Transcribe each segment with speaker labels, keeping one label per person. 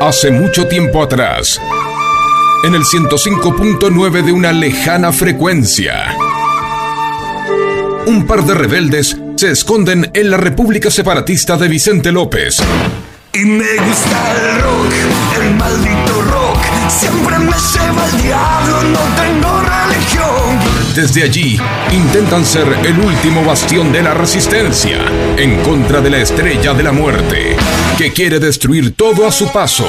Speaker 1: Hace mucho tiempo atrás, en el 105.9 de una lejana frecuencia, un par de rebeldes se esconden en la República Separatista de Vicente López.
Speaker 2: Y me gusta el rock, el maldito rock. Siempre me lleva el diablo, no tengo religión.
Speaker 1: Desde allí, intentan ser el último bastión de la resistencia en contra de la estrella de la muerte, que quiere destruir todo a su paso,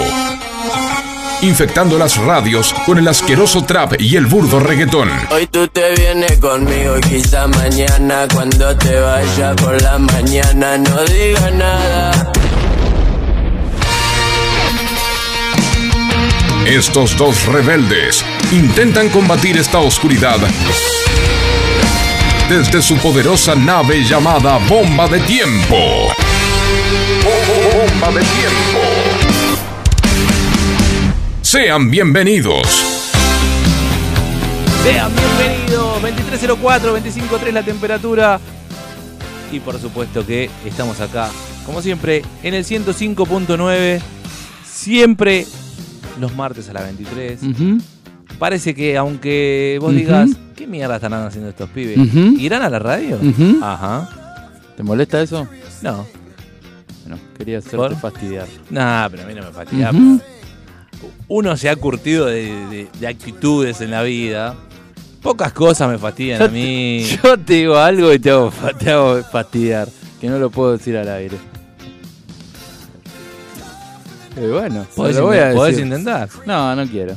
Speaker 1: infectando las radios con el asqueroso trap y el burdo reggaetón.
Speaker 3: Hoy tú te vienes conmigo y quizá mañana cuando te vaya por la mañana no diga nada.
Speaker 1: Estos dos rebeldes intentan combatir esta oscuridad desde su poderosa nave llamada Bomba de Tiempo. Bomba de Tiempo. Sean bienvenidos.
Speaker 4: Sean bienvenidos. 2304, 253 la temperatura. Y por supuesto que estamos acá, como siempre, en el 105.9. Siempre los martes a las 23.
Speaker 5: Ujú.
Speaker 4: Parece que aunque vos
Speaker 5: Mm. Ujú.
Speaker 4: digas, ¿qué mierda estarán haciendo estos pibes?
Speaker 5: Ujú.
Speaker 4: ¿Irán a la radio?
Speaker 5: Ujú.
Speaker 4: Ajá.
Speaker 5: ¿Te molesta eso?
Speaker 4: No.
Speaker 5: Bueno, quería hacerte
Speaker 4: ¿Por?
Speaker 5: fastidiar.
Speaker 4: Nah, pero a mí no me fastidia.
Speaker 5: Ujú.
Speaker 4: pero Uno se ha curtido de, de- de actitudes en la vida. Pocas cosas me fastidian a mí.
Speaker 5: Yo te digo algo y te hago, fa- te hago fastidiar, que no lo puedo decir al aire. Y Eh, bueno, se
Speaker 4: Podés,
Speaker 5: lo voy a
Speaker 4: inten- podés
Speaker 5: decir.
Speaker 4: intentar.
Speaker 5: No, no quiero.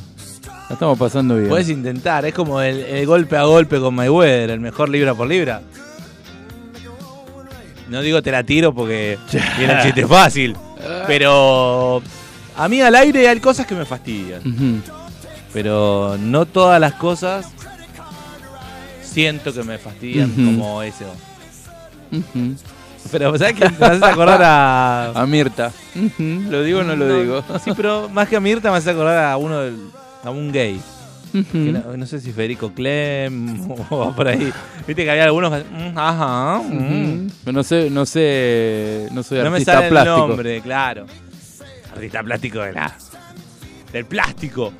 Speaker 5: La estamos pasando bien.
Speaker 4: Podés intentar. Es como el, el golpe a golpe con Mayweather, el mejor libra por libra. No digo te la tiro porque tiene el chiste fácil. Pero a mí al aire hay cosas que me fastidian.
Speaker 5: Ujú.
Speaker 4: pero no todas las cosas siento que me fastidian
Speaker 5: Ujú.
Speaker 4: como eso.
Speaker 5: Ujú.
Speaker 4: Pero ¿sabes que Me haces acordar a...
Speaker 5: A Mirta. Ujú. ¿Lo digo o no lo
Speaker 4: No,
Speaker 5: digo?
Speaker 4: Sí, pero más que a Mirta me haces acordar a uno, del- a un gay.
Speaker 5: Ujú.
Speaker 4: Que no, no sé si Federico Clem o por ahí. Viste que había algunos que hacen, "Mm, ajá,
Speaker 5: Ujú.
Speaker 4: mm".
Speaker 5: Pero No sé, no sé, no soy
Speaker 4: No me
Speaker 5: artista
Speaker 4: sale
Speaker 5: plástico.
Speaker 4: el nombre, claro. Artista plástico de la... Del plástico.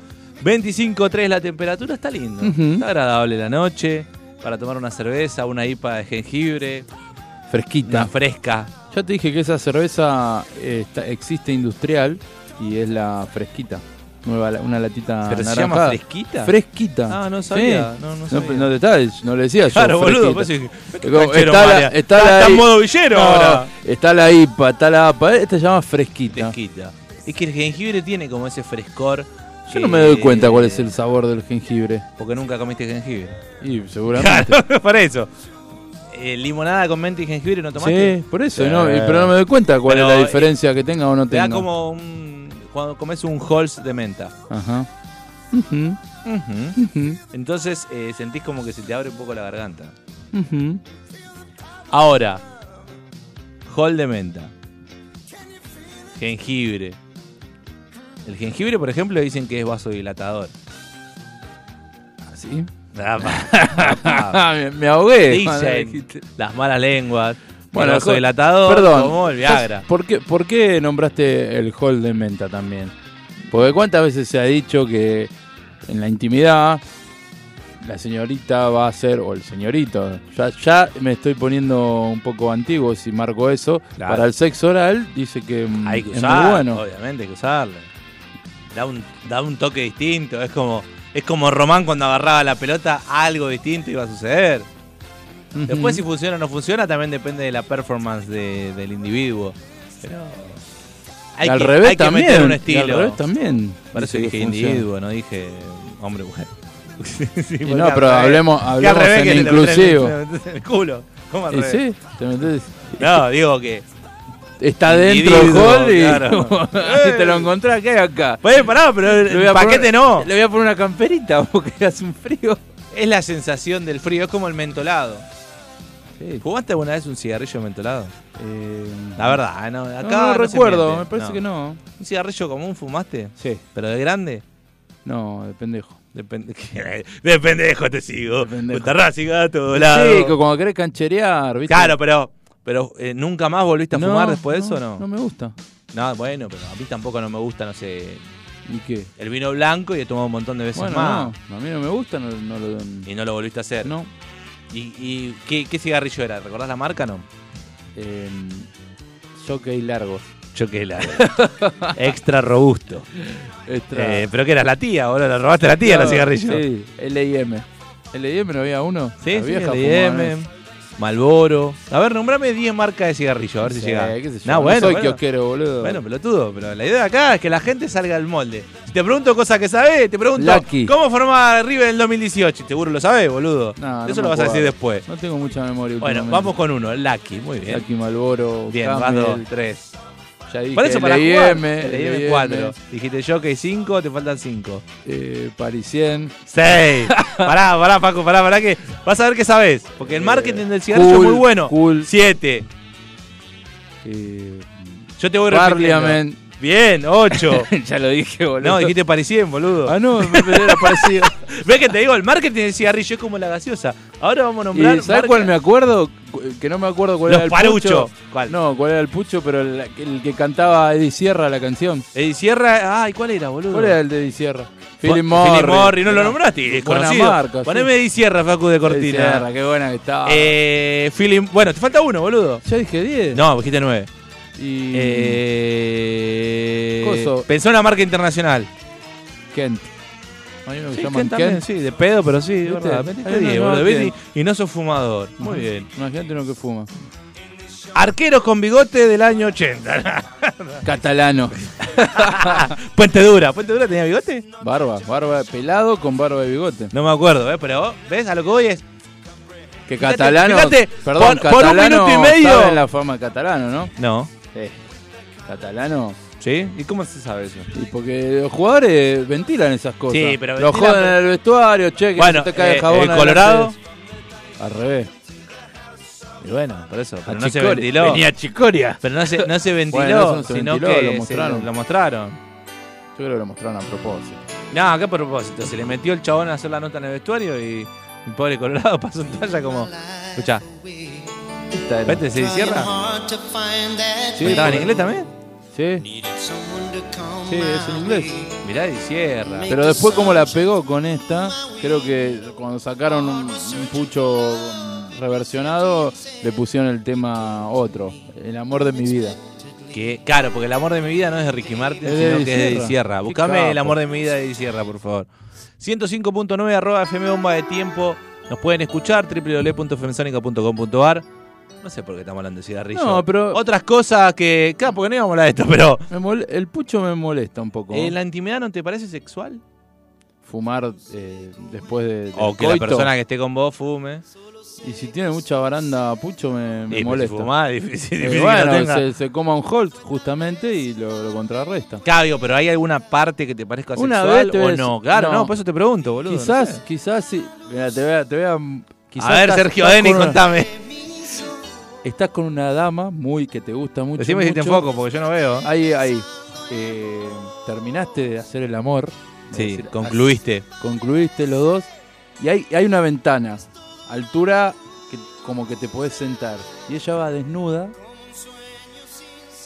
Speaker 4: 25.3 la temperatura, está lindo.
Speaker 5: Ujú.
Speaker 4: Está agradable la noche. Para tomar una cerveza, una hipa de jengibre,
Speaker 5: Fresquita.
Speaker 4: una fresca.
Speaker 5: Ya te dije que esa cerveza eh, está- existe industrial y es la fresquita. Nueva, la- una latita
Speaker 4: ¿Pero se
Speaker 5: anaranjada.
Speaker 4: llama fresquita?
Speaker 5: Fresquita.
Speaker 4: Ah, no sabía,
Speaker 5: Sí.
Speaker 4: no, no
Speaker 5: No,
Speaker 4: sabía.
Speaker 5: no te está- no le decía
Speaker 4: Claro,
Speaker 5: yo.
Speaker 4: boludo. por eso
Speaker 5: fresquita.
Speaker 4: dije, este
Speaker 5: Como,
Speaker 4: canchero,
Speaker 5: está, la,
Speaker 4: María.
Speaker 5: está,
Speaker 4: Está-
Speaker 5: la
Speaker 4: está en
Speaker 5: I-
Speaker 4: modo villero
Speaker 5: No,
Speaker 4: ahora.
Speaker 5: Está la IPA, está la APA. Esta se llama fresquita.
Speaker 4: Fresquita. Es que el jengibre tiene como ese frescor.
Speaker 5: Yo
Speaker 4: que-
Speaker 5: no me doy cuenta cuál es el sabor del jengibre.
Speaker 4: Porque nunca comiste jengibre.
Speaker 5: Y seguramente.
Speaker 4: por eso. Eh, limonada con mente y jengibre no tomaste.
Speaker 5: Sí, por eso,
Speaker 4: Sí.
Speaker 5: no, y- pero no me doy cuenta cuál
Speaker 4: Pero,
Speaker 5: es
Speaker 4: eh,
Speaker 5: la diferencia que tenga o no
Speaker 4: Te da
Speaker 5: tenga.
Speaker 4: como un. Cuando comes un Halls de menta.
Speaker 5: Ajá. Ujú, ujú,
Speaker 4: Entonces eh, sentís como que se te abre un poco la garganta.
Speaker 5: ujú.
Speaker 4: Ahora, Halls de menta. Jengibre. El jengibre, por ejemplo, dicen que es vasodilatador. Ah,
Speaker 5: ¿Así?
Speaker 4: Dicen
Speaker 5: Ah, me, me ahogué. Madre, dijiste.
Speaker 4: las malas lenguas. Bueno,
Speaker 5: Bueno,
Speaker 4: el vasodilatador,
Speaker 5: Perdón.
Speaker 4: como el Viagra.
Speaker 5: ¿Por qué, ¿Por qué nombraste el hall de menta también? Porque cuántas veces se ha dicho que en la intimidad la señorita va a ser, o el señorito, ya, ya me estoy poniendo un poco antiguo si marco eso,
Speaker 4: Claro.
Speaker 5: para el sexo oral dice que mm,
Speaker 4: Hay que
Speaker 5: es muy
Speaker 4: usarlo,
Speaker 5: bueno.
Speaker 4: obviamente hay que usarlo. Da un, da un toque distinto, es como, es como Román cuando agarraba la pelota, algo distinto iba a suceder. Después si
Speaker 5: Ujú.
Speaker 4: funciona o no funciona también depende de la performance de- del individuo. Pero hay,
Speaker 5: al
Speaker 4: que,
Speaker 5: revés
Speaker 4: hay que
Speaker 5: también,
Speaker 4: meter un
Speaker 5: y al revés
Speaker 4: estilo.
Speaker 5: también.
Speaker 4: Por eso
Speaker 5: dice
Speaker 4: dije
Speaker 5: que funciona.
Speaker 4: individuo, no dije hombre mujer. Sí,
Speaker 5: Y
Speaker 4: porque
Speaker 5: no,
Speaker 4: al
Speaker 5: pero
Speaker 4: revés.
Speaker 5: hablemos,
Speaker 4: Que al
Speaker 5: hablemos
Speaker 4: revés que te
Speaker 5: en
Speaker 4: lo metes
Speaker 5: inclusivo.
Speaker 4: en el- te lo metes en el culo. ¿Cómo al
Speaker 5: Y
Speaker 4: revés?
Speaker 5: sí, te metés-
Speaker 4: No, digo que.
Speaker 5: Está
Speaker 4: Individuo,
Speaker 5: dentro el gol y
Speaker 4: claro.
Speaker 5: te lo encontrás, ¿qué hay acá?
Speaker 4: Puede parar, pero
Speaker 5: Le voy a
Speaker 4: el
Speaker 5: poner-
Speaker 4: paquete no.
Speaker 5: Le voy a poner una camperita porque hace un frío.
Speaker 4: Es la sensación del frío, es como el mentolado. ¿Fumaste alguna vez un cigarrillo mentolado? La verdad, ah, no, Eh, acá
Speaker 5: Acá no,
Speaker 4: se
Speaker 5: recuerdo,
Speaker 4: miente.
Speaker 5: me parece que no.
Speaker 4: ¿Un cigarrillo común fumaste?
Speaker 5: Sí.
Speaker 4: ¿Pero de grande?
Speaker 5: No, de pendejo.
Speaker 4: Depende. De pendejo te sigo.
Speaker 5: De pendejo.
Speaker 4: Putarrazi, gato,
Speaker 5: Sí,
Speaker 4: volado.
Speaker 5: cuando querés cancherear, ¿viste?
Speaker 4: claro, pero. Pero eh, nunca más volviste a
Speaker 5: No,
Speaker 4: fumar después de eso o
Speaker 5: No me gusta.
Speaker 4: No, bueno, pero a mí tampoco no me gusta, no sé,
Speaker 5: ¿Y qué?
Speaker 4: el vino blanco y he tomado un montón de veces
Speaker 5: Bueno,
Speaker 4: más.
Speaker 5: no, a mí no me gusta, no, no lo...
Speaker 4: Y no lo volviste a hacer.
Speaker 5: No.
Speaker 4: ¿Y, y qué, qué cigarrillo era? ¿Recordás la marca no?
Speaker 5: Eh, jockey largos.
Speaker 4: Choquela. Extra robusto.
Speaker 5: Extra-
Speaker 4: Eh, pero que eras la tía, ahora la robaste a la tía
Speaker 5: Claro,
Speaker 4: la cigarrillo.
Speaker 5: Sí, LIM. ¿LIM no había uno?
Speaker 4: Sí,
Speaker 5: La
Speaker 4: sí,
Speaker 5: vieja eh.
Speaker 4: LDM, Malboro. A ver, nombrame 10 marcas de cigarrillo, a ver si llega.
Speaker 5: qué sé yo,
Speaker 4: No,
Speaker 5: no
Speaker 4: bueno,
Speaker 5: soy
Speaker 4: bueno.
Speaker 5: kiosquero, boludo.
Speaker 4: Bueno, pelotudo, pero la idea acá es que la gente salga del molde. Si te pregunto cosas que sabés, te pregunto
Speaker 5: Lucky.
Speaker 4: cómo formaba River en el 2018. Y Seguro lo sabés, boludo.
Speaker 5: No, no
Speaker 4: Eso
Speaker 5: me
Speaker 4: lo vas a
Speaker 5: acuerdo.
Speaker 4: decir después.
Speaker 5: No tengo mucha memoria.
Speaker 4: Bueno,
Speaker 5: últimamente.
Speaker 4: vamos con uno, Lucky, muy bien.
Speaker 5: Jackie Malboro,
Speaker 4: Bien, más
Speaker 5: Camel,
Speaker 4: dos, tres.
Speaker 5: ya dije,
Speaker 4: Para eso, para
Speaker 5: LIM,
Speaker 4: jugar,
Speaker 5: LIM,
Speaker 4: LDM 4. Dijiste yo que 5, te faltan 5.
Speaker 5: eh, Parisien,
Speaker 4: 6. pará, pará, Paco, pará, pará, que vas a ver qué sabes. Porque el marketing del cigarrillo
Speaker 5: Eh, Cool,
Speaker 4: es muy bueno.
Speaker 5: Cool,
Speaker 4: 7.
Speaker 5: eh,
Speaker 4: Yo te voy repitiendo.
Speaker 5: Parliament.
Speaker 4: Bien, 8.
Speaker 5: ya lo dije, boludo.
Speaker 4: no, dijiste Parisien, boludo.
Speaker 5: Ah, no, me era parecido.
Speaker 4: ¿Ves que te digo? El marketing del cigarrillo es como la gaseosa. Ahora vamos a nombrar.
Speaker 5: ¿Y ¿Sabes cuál me acuerdo? Cu- Que no me acuerdo cuál
Speaker 4: Los
Speaker 5: era el
Speaker 4: Parucho.
Speaker 5: pucho.
Speaker 4: ¿Cuál?
Speaker 5: No, cuál era el pucho, pero el, el que cantaba Eddie Sierra la canción.
Speaker 4: El Eh, Sierra. Ay, ¿cuál era, boludo?
Speaker 5: ¿Cuál era el de Eddie Sierra?
Speaker 4: Fue-
Speaker 5: Philip Morris.
Speaker 4: no lo nombraste.
Speaker 5: Buena
Speaker 4: Desconocido.
Speaker 5: marca, sí.
Speaker 4: Poneme Di Sierra, Facu de
Speaker 5: Eddie Sierra,
Speaker 4: Cortina.
Speaker 5: qué buena que estaba.
Speaker 4: Eh, Philip- Bueno, te falta uno, boludo.
Speaker 5: ya dije 10.
Speaker 4: No, dijiste nueve.
Speaker 5: Y
Speaker 4: Eh,
Speaker 5: Coso.
Speaker 4: Pensó en la marca internacional.
Speaker 5: Kent. A mí me
Speaker 4: Sí,
Speaker 5: llaman
Speaker 4: Ken también,
Speaker 5: Kent.
Speaker 4: sí, de pedo, pero sí, de
Speaker 5: ¿Viste?
Speaker 4: verdad.
Speaker 5: Ahí
Speaker 4: Metiste
Speaker 5: no
Speaker 4: 10,
Speaker 5: llevaba
Speaker 4: boludo.
Speaker 5: Ken.
Speaker 4: ¿viste? Y no sos fumador. Muy
Speaker 5: Ajá.
Speaker 4: bien.
Speaker 5: Imagínate uno que fuma.
Speaker 4: Arqueros con bigote del año 80.
Speaker 5: Catalano.
Speaker 4: Puente Dura. ¿Puente Dura tenía bigote?
Speaker 5: Barba, barba, pelado con barba de bigote.
Speaker 4: No me acuerdo, ¿eh? pero ¿ves? A lo que voy es.
Speaker 5: Que catalano.
Speaker 4: fíjate,
Speaker 5: perdón,
Speaker 4: por- por un
Speaker 5: catalano
Speaker 4: minuto y medio.
Speaker 5: saben la fama de catalano, ¿no?
Speaker 4: No.
Speaker 5: Sí. Catalano.
Speaker 4: ¿Sí? ¿Y cómo se sabe eso?
Speaker 5: Y porque los jugadores ventilan esas cosas.
Speaker 4: Sí, pero
Speaker 5: Los
Speaker 4: ventilan,
Speaker 5: jodan en
Speaker 4: pero-
Speaker 5: el vestuario, che, que
Speaker 4: Bueno,
Speaker 5: no se te cae
Speaker 4: eh,
Speaker 5: el jabón.
Speaker 4: el
Speaker 5: a las
Speaker 4: Colorado.
Speaker 5: redes. Al revés.
Speaker 4: Y bueno, por eso. Pero
Speaker 5: A
Speaker 4: no se
Speaker 5: Chicoria.
Speaker 4: ventiló.
Speaker 5: Venía Chicoria.
Speaker 4: Pero no se, no se ventiló,
Speaker 5: Bueno, eso no se
Speaker 4: sino
Speaker 5: ventiló,
Speaker 4: que
Speaker 5: lo
Speaker 4: se-
Speaker 5: mostraron.
Speaker 4: lo mostraron.
Speaker 5: Yo creo que lo mostraron a propósito.
Speaker 4: No, acá a propósito, se le metió el chabón a hacer la nota en el vestuario y el pobre Colorado pasó en toalla como. Escucha,
Speaker 5: Esta era.
Speaker 4: ¿vete? ¿Se cierra?
Speaker 5: Sí,
Speaker 4: ¿Estaba en inglés también?
Speaker 5: Sí. Sí, es en inglés.
Speaker 4: Mirá y cierra.
Speaker 5: Pero después como la pegó con esta, creo que cuando sacaron un, un pucho mm, reversionado, le pusieron el tema otro, El amor de mi vida.
Speaker 4: Que, claro, porque el amor de mi vida no es de Ricky Martin,
Speaker 5: Es de
Speaker 4: sino
Speaker 5: Eddie
Speaker 4: que es de Eddie
Speaker 5: Sierra.
Speaker 4: Sierra.
Speaker 5: Qué
Speaker 4: Buscame
Speaker 5: capo.
Speaker 4: el amor de mi vida de Eddie Sierra, por favor. 105.9 arroba FM Bomba de Tiempo. Nos pueden escuchar www.femsonica.com.ar. No sé por qué estamos hablando de cigarrillo.
Speaker 5: No, pero-
Speaker 4: Otras cosas que. Claro, porque no íbamos a hablar de esto, pero.
Speaker 5: Me mol- el pucho me molesta un poco.
Speaker 4: eh, ¿La intimidad no te parece sexual?
Speaker 5: Fumar eh, después de... del
Speaker 4: O Oh, que la
Speaker 5: coito.
Speaker 4: persona que esté con vos fume.
Speaker 5: Y si tiene mucha baranda pucho me, me
Speaker 4: Sí, pero
Speaker 5: molesta.
Speaker 4: Si fumás, difícil,
Speaker 5: Eh,
Speaker 4: difícil que
Speaker 5: bueno,
Speaker 4: lo tenga.
Speaker 5: se, se coma un Holt justamente y lo, lo contrarresta.
Speaker 4: Cabio, pero ¿hay alguna parte que te parezca
Speaker 5: Una
Speaker 4: sexual
Speaker 5: vez te
Speaker 4: o
Speaker 5: ves-
Speaker 4: no? Claro, no.
Speaker 5: no.
Speaker 4: por eso te pregunto, boludo. no
Speaker 5: quizás,
Speaker 4: sé.
Speaker 5: quizás sí. Mira, te voy a... Te voy a, quizás
Speaker 4: A ver,
Speaker 5: estás-
Speaker 4: Sergio
Speaker 5: estás
Speaker 4: Denis,
Speaker 5: con una-
Speaker 4: contame.
Speaker 5: Estás con una dama muy que te gusta mucho.
Speaker 4: Decime si te
Speaker 5: mucho.
Speaker 4: enfoco, porque yo no veo.
Speaker 5: Ahí, ahí. Eh, terminaste de hacer el amor. Es
Speaker 4: Sí,
Speaker 5: decir,
Speaker 4: concluiste.
Speaker 5: as- Concluiste los dos. Y hay, hay una ventana. Altura que como que te podés sentar. Y ella va desnuda.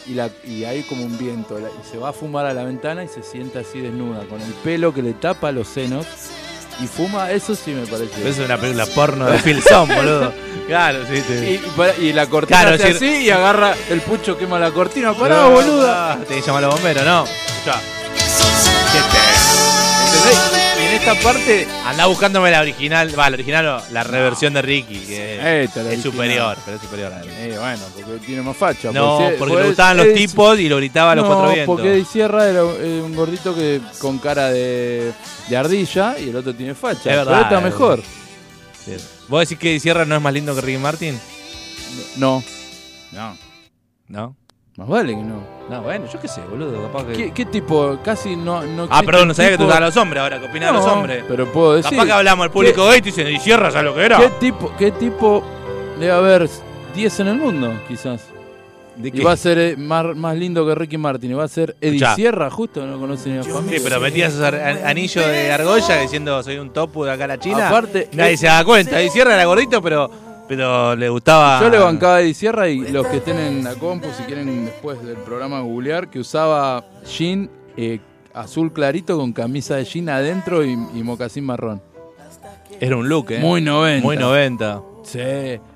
Speaker 5: Y, la, y hay como un viento. la- y se va a fumar a la ventana y se sienta así desnuda. Con el pelo que le tapa los senos. Y fuma. Eso sí me parece.
Speaker 4: Es una película porno de Filson, boludo. Claro, sí.
Speaker 5: Y,
Speaker 4: Te...
Speaker 5: y para- y la cortina
Speaker 4: Claro,
Speaker 5: hace
Speaker 4: es decir-
Speaker 5: así y agarra el pucho, quema la cortina. Pará, boluda.
Speaker 4: Te llaman los bomberos, no. Ya.
Speaker 5: ¿Entendés? Y en esta parte.
Speaker 4: Andá buscándome la original. Va, la original o la reversión de Ricky, que
Speaker 5: Esta, la
Speaker 4: Eh, es
Speaker 5: original.
Speaker 4: superior, pero es superior a la Ricky.
Speaker 5: Eh, bueno, porque tiene más facha.
Speaker 4: No,
Speaker 5: si-
Speaker 4: porque le
Speaker 5: es-
Speaker 4: gustaban los
Speaker 5: es-
Speaker 4: tipos y lo gritaba a los
Speaker 5: no,
Speaker 4: cuatro vientos.
Speaker 5: porque Eddie Sierra era eh, un gordito que con cara de, de ardilla y el otro tiene facha.
Speaker 4: Es
Speaker 5: Pero
Speaker 4: verdad,
Speaker 5: esta
Speaker 4: es
Speaker 5: mejor.
Speaker 4: Sí. ¿Vos decís que Sierra no es más lindo que Ricky Martin?
Speaker 5: No. No.
Speaker 4: No.
Speaker 5: Más vale que no.
Speaker 4: No, bueno, yo qué sé, boludo. Capaz que...
Speaker 5: ¿Qué, qué tipo? Casi no.
Speaker 4: Ah,
Speaker 5: no existe
Speaker 4: perdón, no sabía que
Speaker 5: tipo-
Speaker 4: tú usabas los hombres ahora, que opinás de los
Speaker 5: No,
Speaker 4: hombres.
Speaker 5: Pero puedo decir.
Speaker 4: Capaz que hablamos al público gay y te dicen, ¿y Sierra sabes lo que era?
Speaker 5: ¿Qué tipo, ¿Qué tipo debe haber 10 en el mundo, quizás?
Speaker 4: ¿De
Speaker 5: Y va a ser eh, más, más lindo que Ricky Martin. Y va a ser Eddie
Speaker 4: Escuchá.
Speaker 5: Sierra, justo, no conoce ni a la familia.
Speaker 4: Sí, pero metías esos ar- an- anillos de argolla diciendo soy un topu de acá a la China.
Speaker 5: Aparte-
Speaker 4: nadie se da cuenta. Y Sierra era gordito, pero, Pero le gustaba.
Speaker 5: Yo le bancaba a Eddie Sierra y los que estén en la compu, si quieren después del programa googlear, que usaba jean eh, azul clarito con camisa de jean adentro y, y mocasín marrón.
Speaker 4: Era un look, ¿eh?
Speaker 5: Muy 90.
Speaker 4: Muy 90.
Speaker 5: Sí.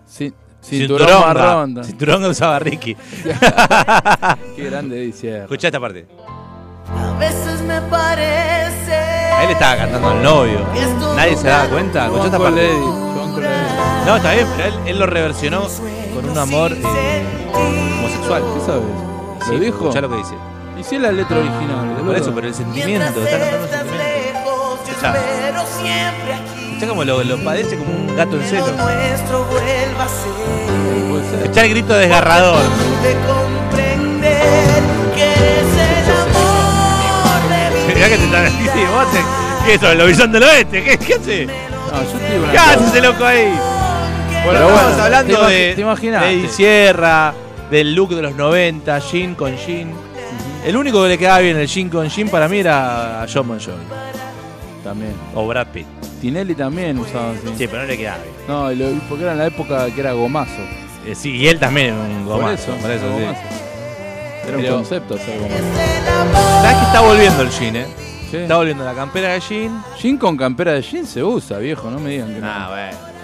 Speaker 5: Cin- cinturón, marrón.
Speaker 4: Cinturón que usaba Ricky.
Speaker 5: Qué grande Eddie Sierra.
Speaker 4: Escuchá esta parte.
Speaker 6: A veces me parece.
Speaker 4: A él estaba cantando al novio. Nadie se daba cuenta. Escuchá
Speaker 5: John
Speaker 4: esta parte.
Speaker 5: Coledi, John Coledi.
Speaker 4: No, está bien, pero él, él lo reversionó con un amor eh, homosexual.
Speaker 5: ¿Qué sabes? ¿Lo
Speaker 4: Sí,
Speaker 5: dijo?
Speaker 4: Escuchá lo que dice.
Speaker 5: Y si es la letra original.
Speaker 4: Por
Speaker 5: boludo.
Speaker 4: eso, pero el sentimiento.
Speaker 6: Mientras
Speaker 4: Está cantando el
Speaker 6: estás
Speaker 4: sentimiento.
Speaker 6: lejos, yo
Speaker 4: Escuchá.
Speaker 6: espero siempre aquí.
Speaker 4: Escuchá como lo, lo padece como un gato en
Speaker 6: Que lo
Speaker 4: celo.
Speaker 6: nuestro vuelva a ser.
Speaker 5: Puede ser.
Speaker 4: Escuchá el grito desgarrador.
Speaker 6: De comprender que eres el amor de mi
Speaker 4: Mirá que te está.
Speaker 6: vida.
Speaker 4: Sí, vos haces- ¿Qué es eso? ¿El lobizón del oeste? ¿Qué, qué hace?
Speaker 5: No, Ah, yo te digo una
Speaker 4: ¿Qué
Speaker 5: cosa.
Speaker 4: hace ese loco ahí? Bueno,
Speaker 5: Pero
Speaker 4: estamos
Speaker 5: bueno,
Speaker 4: hablando
Speaker 5: te imagi-
Speaker 4: de,
Speaker 5: te imaginaste.
Speaker 4: de Eddie Sierra, del look de los 90, jean con jean. El único que le quedaba bien el jean con jean para mí era John Bon Jovi
Speaker 5: También.
Speaker 4: o Brad Pitt.
Speaker 5: Tinelli también usaba así.
Speaker 4: Sí, pero no le quedaba bien.
Speaker 5: No, y lo- y porque era en la época que era gomazo.
Speaker 4: Eh, sí, y él también era un
Speaker 5: Por
Speaker 4: gomazo,
Speaker 5: eso.
Speaker 4: por eso, sí.
Speaker 5: gomazo. Era un
Speaker 4: Pero-
Speaker 5: concepto hacer gomazo.
Speaker 4: ¿Sabes que está volviendo el jean, eh?
Speaker 5: Sí.
Speaker 4: Está volviendo la campera de jean.
Speaker 5: Jean con campera de jean se usa, viejo, no me digan que
Speaker 4: Ah,
Speaker 5: no.
Speaker 4: bueno.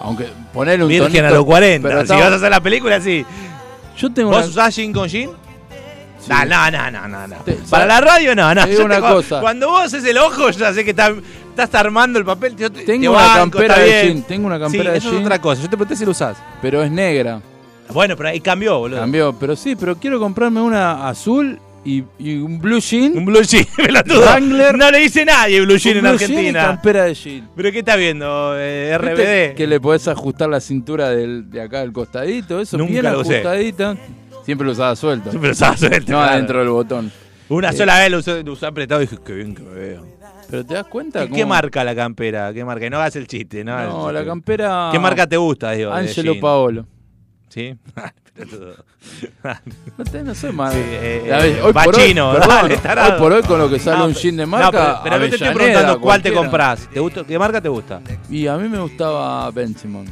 Speaker 5: Aunque ponerle un
Speaker 4: Virgen a
Speaker 5: tonito-
Speaker 4: los 40.
Speaker 5: pero
Speaker 4: si
Speaker 5: estaba-
Speaker 4: vas a hacer la película, sí.
Speaker 5: Yo tengo una...
Speaker 4: ¿Vos usás jean con jean?
Speaker 5: sí.
Speaker 4: No, no, no, no, no, no.
Speaker 5: Te-
Speaker 4: Para la radio no, no.
Speaker 5: te digo
Speaker 4: Yo
Speaker 5: una
Speaker 4: tengo-
Speaker 5: cosa.
Speaker 4: Cuando vos haces el ojo, ya sé que está- estás armando el papel. Yo te,
Speaker 5: Tengo
Speaker 4: te
Speaker 5: una
Speaker 4: banco,
Speaker 5: campera
Speaker 4: está
Speaker 5: de
Speaker 4: bien.
Speaker 5: jean, tengo una campera
Speaker 4: sí,
Speaker 5: de
Speaker 4: eso
Speaker 5: jean,
Speaker 4: es otra cosa. Yo te pregunté si lo usás.
Speaker 5: pero es negra.
Speaker 4: Bueno, pero ahí cambió, boludo.
Speaker 5: Cambió, pero sí, pero quiero comprarme una azul y, y un blue jean.
Speaker 4: Un blue jean, pelotudo.
Speaker 5: Wrangler.
Speaker 4: No le dice nadie blue jean
Speaker 5: un
Speaker 4: en
Speaker 5: blue jean y
Speaker 4: Argentina.
Speaker 5: campera de jean.
Speaker 4: ¿Pero qué está viendo? eh,
Speaker 5: ¿Viste
Speaker 4: RBD.
Speaker 5: Que le podés ajustar la cintura del, de acá, del costadito, eso,
Speaker 4: Nunca
Speaker 5: bien
Speaker 4: lo usé.
Speaker 5: ajustadita. Siempre lo usaba suelto, no
Speaker 4: Pero estaba suelto, claro.
Speaker 5: adentro del botón.
Speaker 4: Una
Speaker 5: Eh.
Speaker 4: sola vez lo usé, lo usé apretado y dije, qué bien que me veo.
Speaker 5: Pero te das cuenta
Speaker 4: ¿Qué,
Speaker 5: cómo-
Speaker 4: qué marca la campera? ¿Qué marca? Y no hagas el chiste, ¿no? hagas el
Speaker 5: No,
Speaker 4: chiste.
Speaker 5: la campera...
Speaker 4: ¿Qué marca te gusta, digo? de
Speaker 5: Angelo
Speaker 4: jean?
Speaker 5: Paolo.
Speaker 4: ¿Sí? Pelotudo.
Speaker 5: No, te- no soy más.
Speaker 4: Sí, eh,
Speaker 5: La ve-
Speaker 4: eh,
Speaker 5: hoy, por hoy,
Speaker 4: Pacino,
Speaker 5: perdón,
Speaker 4: dale, tarado.
Speaker 5: hoy por hoy con lo que sale
Speaker 4: No,
Speaker 5: un
Speaker 4: pe-
Speaker 5: jean de
Speaker 4: no,
Speaker 5: marca.
Speaker 4: pero, pero yo te estoy
Speaker 5: Avellaneda,
Speaker 4: preguntando cuál te
Speaker 5: cualquiera.
Speaker 4: comprás. ¿Te gusta, ¿Qué marca te gusta?
Speaker 5: Y a mí me gustaba Ben Simon.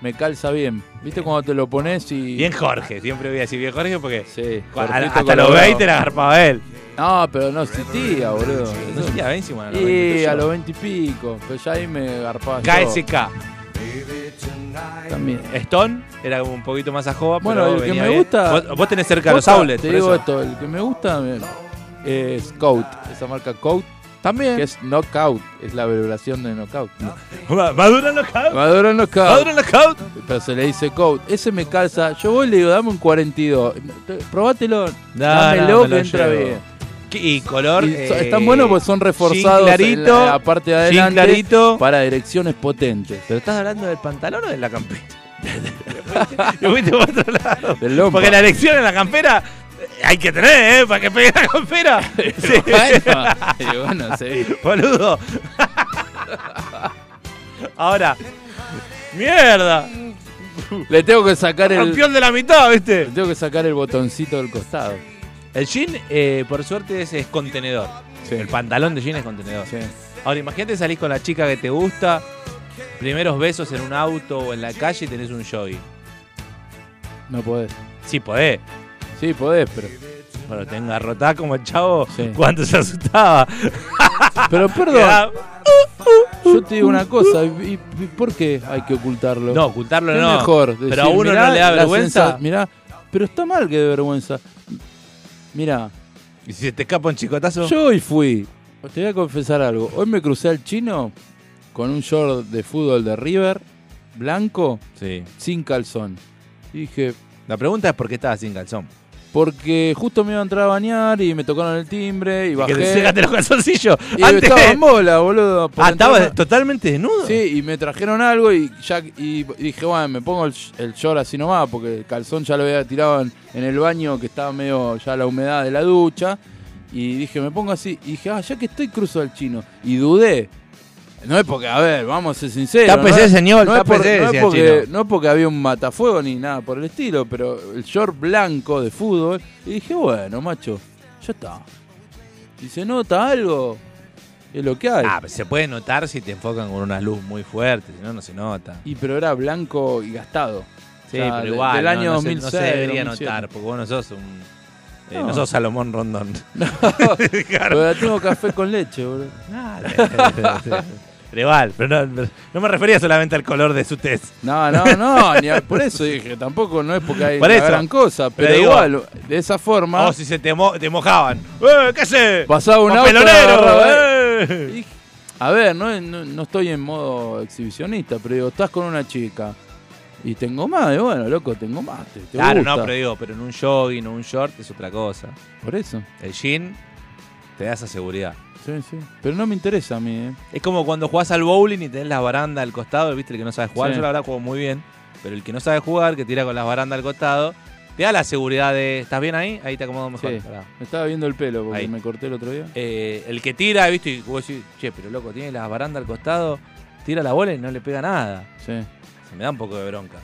Speaker 5: Me calza bien. ¿Viste cuando te lo pones y.
Speaker 4: Bien Jorge, siempre voy a decir bien Jorge porque
Speaker 5: Sí.
Speaker 4: cu- a-
Speaker 5: perfecto
Speaker 4: hasta los
Speaker 5: colorado.
Speaker 4: 20 la agarpaba él.
Speaker 5: No, pero no existía, boludo.
Speaker 4: No existía Benzema, no,
Speaker 5: Y
Speaker 4: no,
Speaker 5: a
Speaker 4: no.
Speaker 5: los 20 y pico. Pero ya ahí me garpaba.
Speaker 4: KSK.
Speaker 5: yo También.
Speaker 4: Stone era como un poquito más a jova,
Speaker 5: Bueno,
Speaker 4: pero
Speaker 5: el que
Speaker 4: venía
Speaker 5: me
Speaker 4: bien.
Speaker 5: gusta-
Speaker 4: Vos, vos tenés cerca los
Speaker 5: Posta,
Speaker 4: outlets.
Speaker 5: Te
Speaker 4: por
Speaker 5: digo
Speaker 4: eso.
Speaker 5: esto, el que me gusta me- es Coat. Esa marca Coat. También. Que es Knockout. Es la vibración de Knockout.
Speaker 4: Ma- Maduro en los caut.
Speaker 5: Maduro Knockout.
Speaker 4: Maduro en los caut.
Speaker 5: Pero se le dice coat. Ese me calza. Yo voy y le digo, dame un 42. Te- Probátelo. dámelo
Speaker 4: me lo
Speaker 5: que entra
Speaker 4: llevo.
Speaker 5: bien.
Speaker 4: ¿Qué- Y color.
Speaker 5: Y so-
Speaker 4: eh,
Speaker 5: están buenos porque son reforzados
Speaker 4: jean
Speaker 5: en la, la parte de
Speaker 4: jean
Speaker 5: adelante
Speaker 4: clarito.
Speaker 5: para direcciones potentes.
Speaker 4: ¿Pero estás hablando del pantalón o de la campera? Lo fuiste por otro lado.
Speaker 5: Del lompa.
Speaker 4: Porque la elección en la campera eh, hay que tener, ¿eh? Para que pegue la campera. Sí.
Speaker 5: Bueno, y bueno, sí.
Speaker 4: Boludo. Ahora. Mierda.
Speaker 5: Le tengo que sacar el
Speaker 4: Campeón de la mitad,
Speaker 5: le
Speaker 4: ¿viste?
Speaker 5: tengo que sacar el botoncito del costado.
Speaker 4: El jean, eh, por suerte, es, es contenedor.
Speaker 5: Sí.
Speaker 4: El pantalón de jean es contenedor.
Speaker 5: Sí.
Speaker 4: Ahora, imagínate salís con la chica que te gusta, primeros besos en un auto o en la calle y tenés un jogging.
Speaker 5: No podés.
Speaker 4: Sí, podés.
Speaker 5: Sí, podés, pero.
Speaker 4: Pero te engarrotás como el chavo
Speaker 5: Sí.
Speaker 4: cuando se asustaba. Ah,
Speaker 5: Pero perdón,
Speaker 4: Quedá-
Speaker 5: yo te digo una cosa, ¿y, y por qué hay que ocultarlo?
Speaker 4: No, ocultarlo
Speaker 5: ¿Qué
Speaker 4: no.
Speaker 5: mejor? decir,
Speaker 4: Pero a uno
Speaker 5: mirá
Speaker 4: no le da
Speaker 5: la
Speaker 4: vergüenza.
Speaker 5: sensa- mirá, pero está mal que de vergüenza. Mirá,
Speaker 4: ¿Y si se te escapa un chicotazo?
Speaker 5: yo hoy fui, te voy a confesar algo. Hoy me crucé al chino con un short de fútbol de River, blanco,
Speaker 4: Sí.
Speaker 5: sin calzón. Y dije,
Speaker 4: La pregunta es por qué estabas sin calzón.
Speaker 5: porque justo me iba a entrar a bañar y me tocaron el timbre y
Speaker 4: Que te
Speaker 5: bajé.
Speaker 4: sacaste los calzoncillos.
Speaker 5: Y
Speaker 4: Antes.
Speaker 5: estaba en bola, boludo. por
Speaker 4: Ah, estabas
Speaker 5: entrar-
Speaker 4: totalmente desnudo.
Speaker 5: Sí, y me trajeron algo y ya y dije, bueno, me pongo el, sh- el short así nomás, porque el calzón ya lo había tirado en, en el baño, que estaba medio ya la humedad de la ducha. Y dije, me pongo así. Y dije, ah, ya que estoy cruzo al chino. Y dudé. No es porque, a ver, vamos a ser sinceros.
Speaker 4: Tápese,
Speaker 5: no es-
Speaker 4: señor,
Speaker 5: no es, por-
Speaker 4: tápese,
Speaker 5: no es
Speaker 4: decía el
Speaker 5: porque,
Speaker 4: chino.
Speaker 5: no es porque había un matafuego ni nada por el estilo, pero el short blanco de fútbol. Y dije, bueno, macho, ya está. Si se nota algo, Es lo que hay.
Speaker 4: Ah, pero se puede notar si te enfocan con una luz muy fuerte, si no, no se nota.
Speaker 5: Y pero era blanco y gastado.
Speaker 4: Sí,
Speaker 5: O sea,
Speaker 4: pero
Speaker 5: de-
Speaker 4: igual.
Speaker 5: Del
Speaker 4: no,
Speaker 5: año
Speaker 4: no se-
Speaker 5: 2006.
Speaker 4: No se debería
Speaker 5: 2007.
Speaker 4: notar, porque vos no sos un. eh, no.
Speaker 5: No.
Speaker 4: sos Salomón Rondón.
Speaker 5: Pero ahora tengo café con leche, boludo.
Speaker 4: pero igual, pero no, no me refería solamente al color de su test.
Speaker 5: No, no, no. ni a- por eso dije, tampoco no es porque hay
Speaker 4: Por
Speaker 5: una
Speaker 4: eso.
Speaker 5: gran cosa.
Speaker 4: Pero
Speaker 5: Pero,
Speaker 4: digo-
Speaker 5: igual, de esa forma.
Speaker 4: O Oh, si se te, mo- te mojaban. ¡Eh, qué sé!
Speaker 5: Pasaba un auto, agarraba,
Speaker 4: ¡Papelonero! Oh, ¡Eh!
Speaker 5: y- a ver, no, no, no estoy en modo exhibicionista, pero digo, estás con una chica. Y tengo más, y bueno, loco, tengo más. Te, te
Speaker 4: Claro,
Speaker 5: gusta.
Speaker 4: no, pero digo, pero en un jogging o un short es otra cosa.
Speaker 5: Por eso.
Speaker 4: El jean te da esa seguridad.
Speaker 5: Sí, sí. Pero no me interesa a mí, ¿eh?
Speaker 4: Es como cuando jugás al bowling y tenés la baranda al costado, viste, el que no sabe jugar.
Speaker 5: Sí.
Speaker 4: Yo la verdad juego muy bien, pero el que no sabe jugar, que tira con las barandas al costado, te da la seguridad de, ¿estás bien ahí? Ahí te acomodo mejor.
Speaker 5: Sí.
Speaker 4: Pará.
Speaker 5: Me estaba viendo el pelo porque
Speaker 4: Ahí.
Speaker 5: me corté el otro día.
Speaker 4: Eh, el que tira, viste, y vos decís, che, pero loco, tiene la baranda al costado, tira la bola y no le pega nada.
Speaker 5: Sí.
Speaker 4: Se me da un poco de bronca.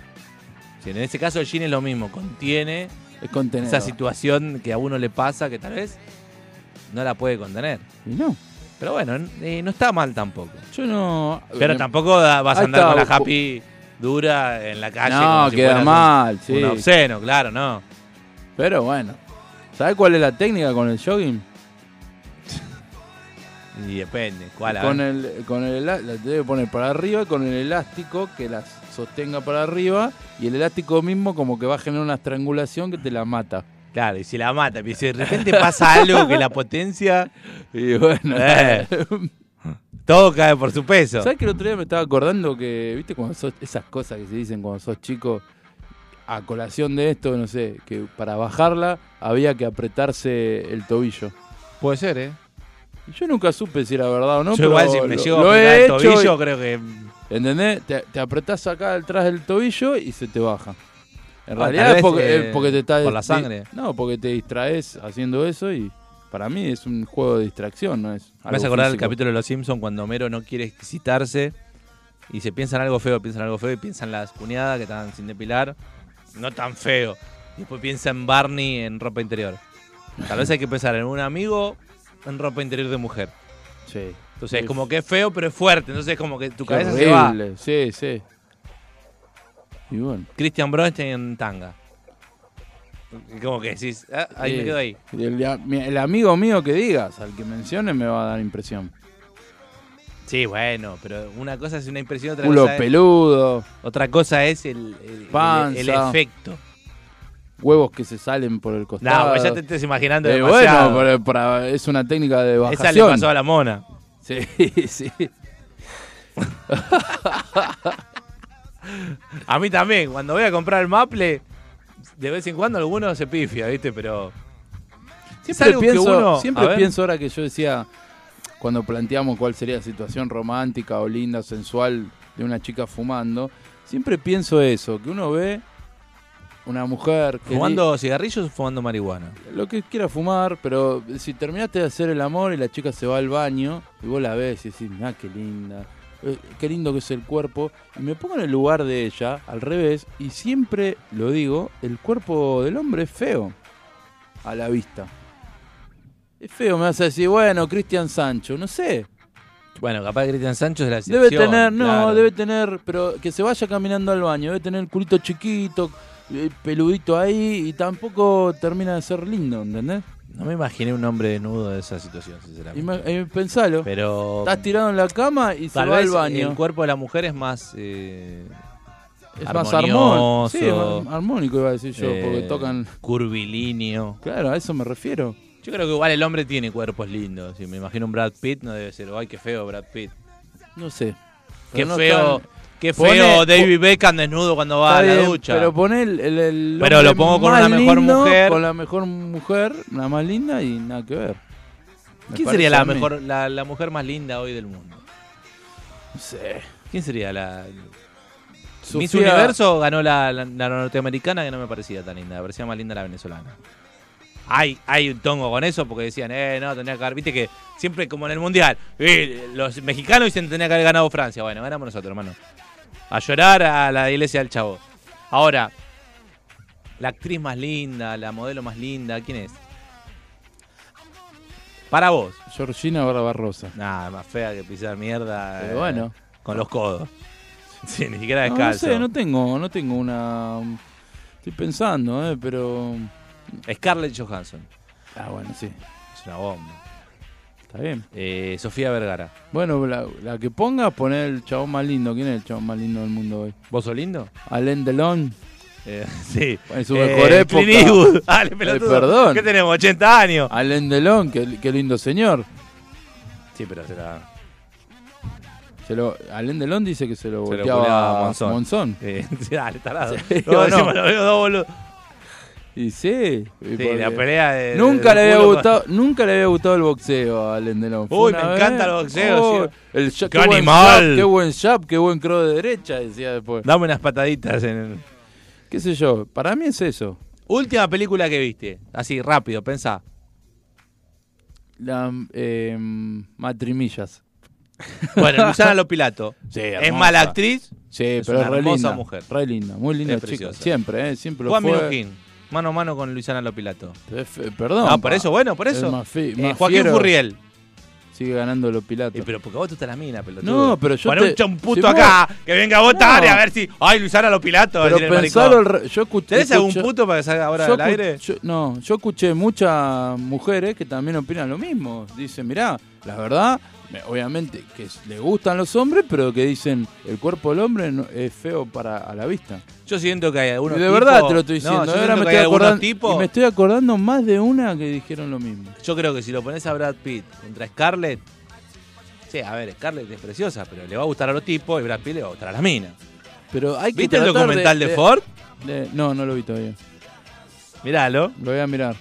Speaker 4: Si en ese caso el jean es lo mismo, contiene
Speaker 5: Es contener.
Speaker 4: esa situación que a uno le pasa que tal vez no la puede contener.
Speaker 5: Y no,
Speaker 4: Pero bueno, n- eh, no está mal tampoco.
Speaker 5: yo no.
Speaker 4: Pero
Speaker 5: eh,
Speaker 4: tampoco da- vas a
Speaker 5: Ahí
Speaker 4: andar
Speaker 5: está,
Speaker 4: con la
Speaker 5: vos-
Speaker 4: happy dura en la calle. como
Speaker 5: No,
Speaker 4: si fueras
Speaker 5: queda
Speaker 4: un-
Speaker 5: mal, sí.
Speaker 4: Un obsceno, claro, no.
Speaker 5: Pero bueno. ¿Sabes cuál es la técnica con el jogging?
Speaker 4: Y depende, cuál. a
Speaker 5: con
Speaker 4: ver.
Speaker 5: el, con el ela- la debe poner para arriba con el elástico que las sostenga para arriba y el elástico mismo como que va a generar una estrangulación que te la mata.
Speaker 4: Claro, y si la mata, y si de repente pasa algo que la potencia,
Speaker 5: Y bueno.
Speaker 4: Eh. todo cae por su peso.
Speaker 5: ¿Sabes que el otro día me estaba acordando que, viste, cuando sos, esas cosas que se dicen cuando sos chico, a colación de esto, no sé, que para bajarla había que apretarse el tobillo.
Speaker 4: Puede ser, ¿eh?
Speaker 5: Y yo nunca supe si era verdad o no.
Speaker 4: Yo
Speaker 5: pero
Speaker 4: igual si me
Speaker 5: lo-
Speaker 4: llego
Speaker 5: lo
Speaker 4: a apretar
Speaker 5: he
Speaker 4: el
Speaker 5: hecho
Speaker 4: tobillo,
Speaker 5: y-
Speaker 4: creo que.
Speaker 5: ¿Entendés? Te, te apretás acá detrás del tobillo y se te baja. En
Speaker 4: Ah,
Speaker 5: realidad
Speaker 4: tal
Speaker 5: es
Speaker 4: vez,
Speaker 5: porque,
Speaker 4: eh,
Speaker 5: es porque te estás.
Speaker 4: por la
Speaker 5: di-
Speaker 4: sangre.
Speaker 5: No, porque te distraes haciendo eso y para mí es un juego de distracción, ¿no es?
Speaker 4: Me vas a acordar el capítulo de Los Simpsons cuando Homero no quiere excitarse y se piensan algo feo, piensan algo feo y piensan las cuñadas que estaban sin depilar, no tan feo. Y después piensa en Barney en ropa interior. Tal vez hay que pensar en un amigo en ropa interior de mujer.
Speaker 5: Sí.
Speaker 4: Entonces es
Speaker 5: Sí.
Speaker 4: como que es feo, pero es fuerte. Entonces es como que tu
Speaker 5: Qué
Speaker 4: cabeza se va.
Speaker 5: horrible. Sí, sí. Y bueno.
Speaker 4: Christian Bronstein en tanga. Y como que decís, ah, ahí me
Speaker 5: sí.
Speaker 4: quedo ahí.
Speaker 5: eh, Y El, el amigo mío que digas, al que menciones, me va a dar impresión.
Speaker 4: Sí, bueno, pero una cosa es una impresión, otra
Speaker 5: Culo
Speaker 4: cosa es,
Speaker 5: peludo,
Speaker 4: otra cosa es el, el- el- el
Speaker 5: Panza.
Speaker 4: efecto.
Speaker 5: huevos que se salen por el costado.
Speaker 4: No, pues ya te estás imaginando
Speaker 5: Eh,
Speaker 4: demasiado.
Speaker 5: bueno, pero- pero es una técnica de bajación.
Speaker 4: Esa le pasó a la mona.
Speaker 5: Sí, sí.
Speaker 4: A mí también, cuando voy a comprar el maple, de vez en cuando alguno se pifia, ¿viste? Pero. Es
Speaker 5: Siempre
Speaker 4: algo que
Speaker 5: pienso,
Speaker 4: uno- a
Speaker 5: siempre
Speaker 4: ver.
Speaker 5: pienso ahora que yo decía, cuando planteamos cuál sería la situación romántica o linda, sensual de una chica fumando, siempre pienso eso, que uno ve una mujer que
Speaker 4: ¿Fumando cigarrillos o fumando marihuana?
Speaker 5: di- lo que quiera fumar, pero si terminaste de hacer el amor y la chica se va al baño y vos la ves y decís, ah, qué linda. eh, Qué lindo que es el cuerpo. Y me pongo en el lugar de ella, al revés, y siempre lo digo, el cuerpo del hombre es feo a la vista. Es feo, me vas a decir, bueno, Cristian Sancho, no sé.
Speaker 4: Bueno, capaz que Cristian Sancho es la excepción.
Speaker 5: Debe tener, no,
Speaker 4: claro.
Speaker 5: debe tener, pero que se vaya caminando al baño, debe tener el culito chiquito, eh, peludito ahí, y tampoco termina de ser lindo, ¿entendés?
Speaker 4: No me imaginé un hombre desnudo de esa situación, sinceramente.
Speaker 5: Ima- eh, pensalo.
Speaker 4: Pero.
Speaker 5: Estás tirado en la cama y se
Speaker 4: Tal
Speaker 5: va
Speaker 4: vez
Speaker 5: al baño.
Speaker 4: el cuerpo de la mujer es más. eh,
Speaker 5: es más armónico. Sí, es
Speaker 4: armonioso,
Speaker 5: más armónico iba a decir yo, porque
Speaker 4: eh,
Speaker 5: tocan.
Speaker 4: Curvilíneo.
Speaker 5: Claro, a eso me refiero.
Speaker 4: Yo creo que igual el hombre tiene cuerpos lindos. Si me imagino un Brad Pitt, no debe ser. ¡Ay, qué feo Brad Pitt!
Speaker 5: No sé.
Speaker 4: Qué
Speaker 5: Pero no
Speaker 4: feo,
Speaker 5: tan-
Speaker 4: qué
Speaker 5: Pone-
Speaker 4: feo David Beckham desnudo cuando va
Speaker 5: Está
Speaker 4: a la
Speaker 5: bien,
Speaker 4: ducha.
Speaker 5: Pero poné el, el- el
Speaker 4: Pero
Speaker 5: hombre
Speaker 4: lo pongo con
Speaker 5: más
Speaker 4: una mejor
Speaker 5: lindo,
Speaker 4: mujer.
Speaker 5: Con la mejor mujer, la más linda y nada que ver. Me
Speaker 4: ¿Quién
Speaker 5: parece
Speaker 4: sería
Speaker 5: a
Speaker 4: la
Speaker 5: mí.
Speaker 4: mejor, la, la mujer más linda hoy del mundo?
Speaker 5: No sé.
Speaker 4: ¿Quién sería la Miss
Speaker 5: Sofía-
Speaker 4: Universo ganó la, la- la norteamericana que no me parecía tan linda, me parecía más linda la venezolana. Hay, hay un tongo con eso porque decían, eh, no, tenía que haber, viste que siempre como en el mundial, eh, los mexicanos dicen tenía que haber ganado Francia. Bueno, ganamos nosotros, hermano. A llorar a la iglesia del chavo. Ahora, la actriz más linda, la modelo más linda, ¿quién es? Para vos.
Speaker 5: Georgina Barbarosa.
Speaker 4: Nada, más fea que pisar mierda.
Speaker 5: Pero
Speaker 4: eh,
Speaker 5: bueno.
Speaker 4: Con los codos. Sí, ni siquiera
Speaker 5: No, no
Speaker 4: descalzo.
Speaker 5: sé, no tengo, no tengo una. Estoy pensando, eh, pero.
Speaker 4: Scarlett Johansson.
Speaker 5: Ah, bueno, sí.
Speaker 4: Es una bomba.
Speaker 5: Está bien.
Speaker 4: Eh, Sofía Vergara.
Speaker 5: Bueno, la, la que ponga, poner el chabón más lindo. ¿Quién es el chabón más lindo del mundo hoy?
Speaker 4: ¿Vos sos lindo?
Speaker 5: Alain Delon.
Speaker 4: Eh, sí. Eh,
Speaker 5: En su mejor época.
Speaker 4: Clint Eastwood. Dale, pelotudo.
Speaker 5: perdón.
Speaker 4: ¿Qué tenemos? 80 años.
Speaker 5: Alain Delon, qué, qué lindo señor.
Speaker 4: Ah, Sí, pero será.
Speaker 5: Se lo, Alain Delon dice que se lo
Speaker 4: Se lo
Speaker 5: volteaba
Speaker 4: culeaba
Speaker 5: a
Speaker 4: Monzón.
Speaker 5: Monzón.
Speaker 4: Eh, sí, dale, tarado.
Speaker 5: Sí,
Speaker 4: Luego
Speaker 5: o no.
Speaker 4: encima lo veo dos boludos.
Speaker 5: Y sí. y
Speaker 4: Sí,
Speaker 5: porque-
Speaker 4: la pelea de.
Speaker 5: Nunca
Speaker 4: del
Speaker 5: le había
Speaker 4: culo con-
Speaker 5: gustado, nunca le había gustado el boxeo a Alain Delon. Fue
Speaker 4: Uy,
Speaker 5: una
Speaker 4: me encanta el boxeo, sí.
Speaker 5: el jab-
Speaker 4: ¡Qué
Speaker 5: buen
Speaker 4: animal!
Speaker 5: jab, qué buen jab, qué buen crow de derecha, decía después.
Speaker 4: Dame unas pataditas en el.
Speaker 5: Qué sé yo, para mí es eso.
Speaker 4: Última película que viste. Así, rápido, pensá.
Speaker 5: La, eh, matrimillas.
Speaker 4: Bueno, Luciana Lopilato.
Speaker 5: Sí,
Speaker 4: es
Speaker 5: hermosa.
Speaker 4: mala actriz.
Speaker 5: Sí,
Speaker 4: Es
Speaker 5: pero
Speaker 4: una
Speaker 5: re
Speaker 4: hermosa
Speaker 5: linda,
Speaker 4: mujer.
Speaker 5: Re linda, muy linda
Speaker 4: Es
Speaker 5: chica.
Speaker 4: preciosa.
Speaker 5: Siempre, eh, siempre lo
Speaker 4: Juan
Speaker 5: fue.
Speaker 4: Minujín. Mano a mano con Luciana Lopilato.
Speaker 5: Eh, fe- Perdón.
Speaker 4: Ah, por
Speaker 5: pa.
Speaker 4: eso, bueno, por
Speaker 5: Es
Speaker 4: eso.
Speaker 5: más fi-
Speaker 4: Eh,
Speaker 5: más
Speaker 4: Joaquín
Speaker 5: fiero.
Speaker 4: Furriel.
Speaker 5: Sigue ganando los pilatos.
Speaker 4: Eh, pero porque vos tú estás la mina, pelotudo.
Speaker 5: No, pero yo
Speaker 4: Poné
Speaker 5: te-
Speaker 4: un champuto
Speaker 5: si vos-
Speaker 4: acá, que venga a votar
Speaker 5: No.
Speaker 4: y a ver si. ¡Ay, Luciana Lopilato!
Speaker 5: Pero
Speaker 4: decir el
Speaker 5: pensalo,
Speaker 4: maricón.
Speaker 5: al re- yo escuché.
Speaker 4: ¿Tenés algún
Speaker 5: escuché-
Speaker 4: puto para que salga ahora
Speaker 5: yo
Speaker 4: del aire?
Speaker 5: escu- yo- no, yo escuché muchas mujeres que también opinan lo mismo. Dicen, mirá, la verdad, me- obviamente que s- le gustan los hombres, pero que dicen, el cuerpo del hombre no- es feo para a la vista.
Speaker 4: Yo siento que hay algunos
Speaker 5: Y de
Speaker 4: tipos-
Speaker 5: verdad te lo estoy
Speaker 4: No,
Speaker 5: diciendo.
Speaker 4: yo
Speaker 5: ahora
Speaker 4: siento
Speaker 5: me
Speaker 4: que hay
Speaker 5: estoy,
Speaker 4: algunos
Speaker 5: acordando,
Speaker 4: tipos-
Speaker 5: y me estoy acordando más de una que dijeron lo mismo.
Speaker 4: Yo creo que si lo pones a Brad Pitt contra Scarlett. Sí, a ver, Scarlett es preciosa, pero le va a gustar a los tipos y Brad Pitt le va a gustar a las minas.
Speaker 5: Pero eh. hay que
Speaker 4: ¿Viste el
Speaker 5: tratar
Speaker 4: documental de, Ford?
Speaker 5: de- no, no lo vi todavía.
Speaker 4: Míralo,
Speaker 5: Lo voy a mirar.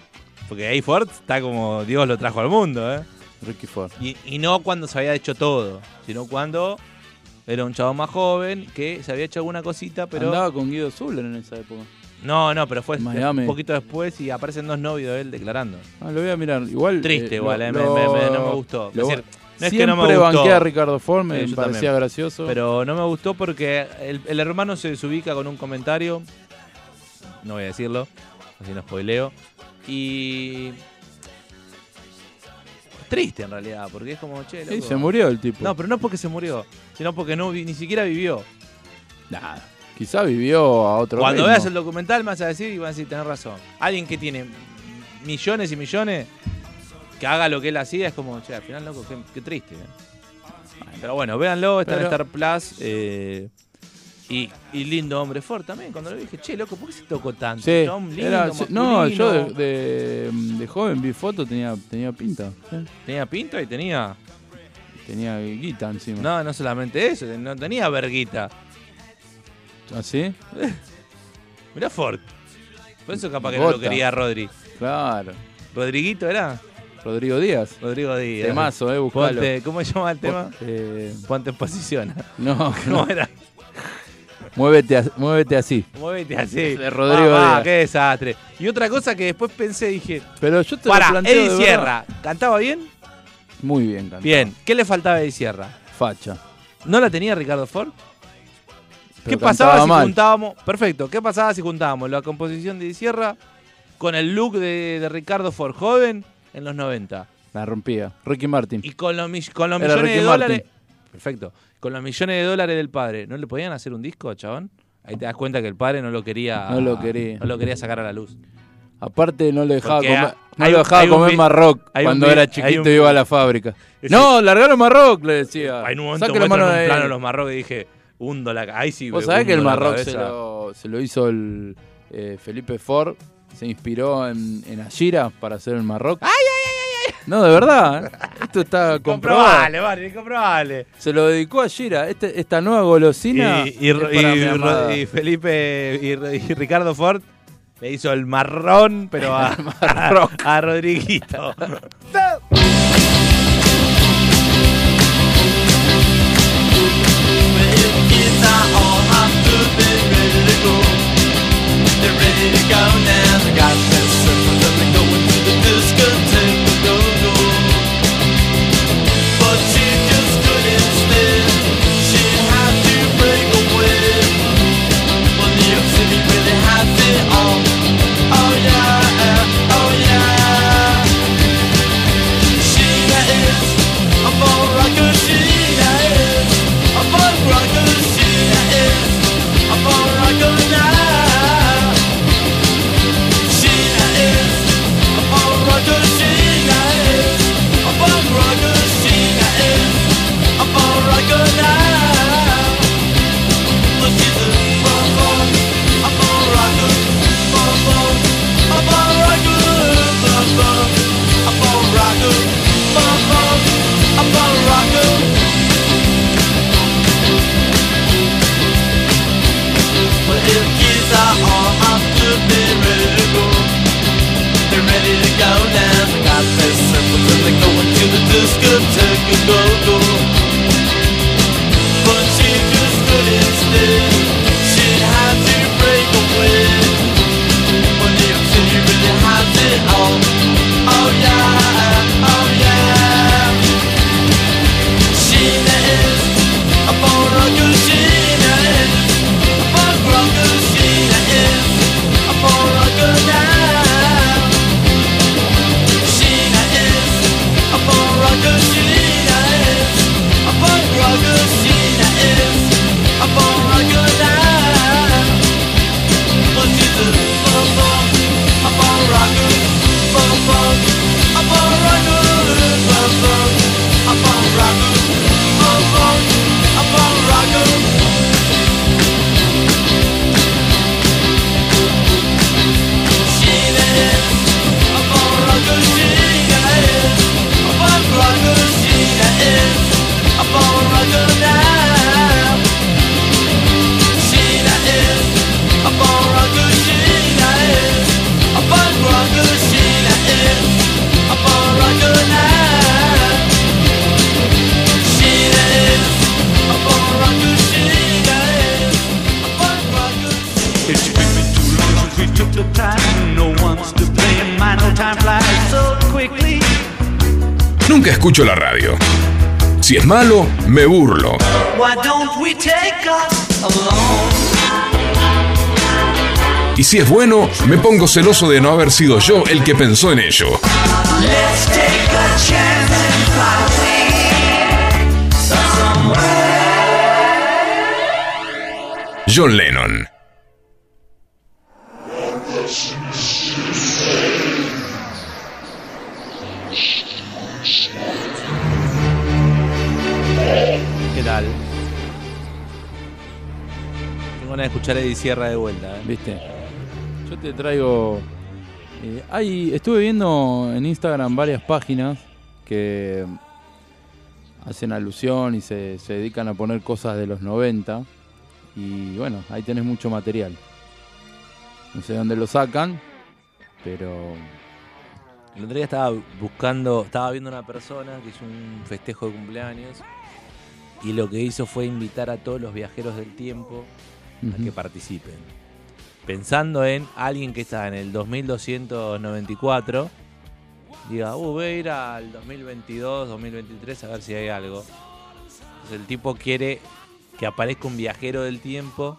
Speaker 4: porque ahí Ford está como Dios lo trajo al mundo, ¿eh?
Speaker 5: Ricky Ford.
Speaker 4: Y, y no cuando se había hecho todo, sino cuando era un chavo más joven que se había hecho alguna cosita, pero.
Speaker 5: Andaba con Guido Zuller en esa época.
Speaker 4: No, no, pero fue
Speaker 5: Miami.
Speaker 4: un poquito después y aparecen dos novios de él declarando.
Speaker 5: Ah, lo voy a mirar. Igual.
Speaker 4: Triste,
Speaker 5: eh,
Speaker 4: igual,
Speaker 5: lo-
Speaker 4: eh, me- me- me- no me gustó.
Speaker 5: lo-
Speaker 4: Es decir, no es
Speaker 5: siempre
Speaker 4: que no me gustó.
Speaker 5: banqué a Ricardo Ford, me
Speaker 4: Sí, yo
Speaker 5: parecía
Speaker 4: también.
Speaker 5: gracioso.
Speaker 4: Pero no me gustó porque el, el hermano se desubica con un comentario. No voy a decirlo, así no spoileo. Y. Triste en realidad, porque es como, che,
Speaker 5: Sí,
Speaker 4: loco.
Speaker 5: se murió el tipo.
Speaker 4: No, pero no porque se murió, sino porque no vi- ni siquiera vivió.
Speaker 5: Nada. Quizá vivió a otro
Speaker 4: Cuando
Speaker 5: ritmo.
Speaker 4: veas el documental me vas a decir y vas a decir, tenés razón. Alguien que tiene millones y millones, que haga lo que él hacía, es como, che, al final, loco, qué, qué triste. ¿eh?". Pero bueno, véanlo, está
Speaker 5: Pero-
Speaker 4: en Star Plus. eh, y, y lindo hombre Ford también. Cuando lo vi, dije, che, loco, ¿por qué se tocó tanto?
Speaker 5: Sí,
Speaker 4: Era un lindo,
Speaker 5: era- sí, no,
Speaker 4: masculino.
Speaker 5: yo de, de- de joven vi fotos, tenía, tenía pinta. ¿eh?
Speaker 4: Tenía pinta y tenía...
Speaker 5: Tenía guita encima.
Speaker 4: No, no solamente eso, no tenía verguita.
Speaker 5: ¿Así?
Speaker 4: Mirá Ford. Por eso capaz que no lo
Speaker 5: Gota.
Speaker 4: quería Rodri.
Speaker 5: Claro.
Speaker 4: ¿Rodriguito era?
Speaker 5: Rodrigo Díaz.
Speaker 4: Rodrigo Díaz.
Speaker 5: Temazo, eh, buscalo.
Speaker 4: Ponte, ¿Cómo se llama el tema?
Speaker 5: Eh,
Speaker 4: Ponte en posición.
Speaker 5: no,
Speaker 4: No
Speaker 5: no.
Speaker 4: era.
Speaker 5: Muévete, as- muévete así.
Speaker 4: Muévete así.
Speaker 5: De Rodrigo
Speaker 4: Ah,
Speaker 5: Díaz.
Speaker 4: qué desastre. Y otra cosa que después pensé, dije,
Speaker 5: Pero yo te lo
Speaker 4: pará,
Speaker 5: planteo
Speaker 4: Eddie
Speaker 5: de verdad.
Speaker 4: Sierra, ¿cantaba bien?
Speaker 5: Muy bien, cantaba.
Speaker 4: Bien. ¿Qué le faltaba a Eddie Sierra?
Speaker 5: Facha.
Speaker 4: ¿No la tenía Ricardo Ford? ¿Qué
Speaker 5: Pero
Speaker 4: pasaba
Speaker 5: cantaba
Speaker 4: si
Speaker 5: mal.
Speaker 4: juntábamos? Perfecto, ¿qué pasaba si juntábamos la composición de Eddie Sierra con el look de, de Ricardo Ford joven en los 90?
Speaker 5: La rompía. Ricky Martin.
Speaker 4: Y con los, mi- con los
Speaker 5: Era
Speaker 4: millones
Speaker 5: Ricky
Speaker 4: de
Speaker 5: Martin.
Speaker 4: dólares. Perfecto. Con los millones de dólares del padre, ¿no le podían hacer un disco, chabón? Ahí te das cuenta que el padre no lo quería.
Speaker 5: No lo quería.
Speaker 4: No lo quería sacar a la luz.
Speaker 5: Aparte no lo dejaba
Speaker 4: Porque
Speaker 5: comer,
Speaker 4: ha-
Speaker 5: no
Speaker 4: hay
Speaker 5: lo
Speaker 4: un-
Speaker 5: dejaba
Speaker 4: hay un
Speaker 5: comer
Speaker 4: vi-
Speaker 5: Marroc
Speaker 4: hay un
Speaker 5: cuando
Speaker 4: vi-
Speaker 5: era
Speaker 4: hay
Speaker 5: chiquito
Speaker 4: un-
Speaker 5: y iba a la fábrica.
Speaker 4: Ese-
Speaker 5: No, largaron Marroc, le decía.
Speaker 4: En un momento
Speaker 5: Sáquenle
Speaker 4: muestran
Speaker 5: mano
Speaker 4: un
Speaker 5: de
Speaker 4: plano de
Speaker 5: ahí.
Speaker 4: los marrocos y dije, hundo la ca- Ahí sí,
Speaker 5: Vos
Speaker 4: me
Speaker 5: sabés que el
Speaker 4: hundo la
Speaker 5: Marroc se
Speaker 4: cabeza.
Speaker 5: lo, se lo hizo el eh, Felipe Ford, se inspiró en, en Ashira para hacer el Marroc. ¡Ay, ay, ay, ay! No, de verdad. ¿eh? Esto está comprobado.
Speaker 4: Comprobale, vale, comprobale.
Speaker 5: Se lo dedicó a Ashira. Este- esta nueva golosina.
Speaker 4: Y, y-
Speaker 5: es para mi
Speaker 4: y-
Speaker 5: amada.
Speaker 4: y Felipe y, y Ricardo Ford le hizo el marrón, pero a, a, a Rodriguito.
Speaker 7: Oh yeah, oh yeah Time flies so quickly.
Speaker 1: Nunca escucho la radio. Si es malo, me burlo.
Speaker 7: Why don't we take us along?
Speaker 1: Y si es bueno, me pongo celoso de no haber sido yo el que pensó en ello.
Speaker 7: Let's take a chance and fly away somewhere.
Speaker 1: John Lennon.
Speaker 4: ¿Qué tal? Tengo ganas de escuchar a Eddie Sierra de vuelta. ¿eh?
Speaker 5: ¿Viste? Yo te traigo. eh, hay, estuve viendo en Instagram varias páginas que hacen alusión y se, se dedican a poner cosas de los 90. Y bueno, ahí tenés mucho material. No sé dónde lo sacan, pero
Speaker 4: El otro día estaba buscando, estaba viendo una persona que hizo un festejo de cumpleaños y lo que hizo fue invitar a todos los viajeros del tiempo a que participen. Pensando en alguien que está en el 2294, diga, uh, voy a ir al 2022, 2023 a ver si hay algo. Entonces el tipo quiere que aparezca un viajero del tiempo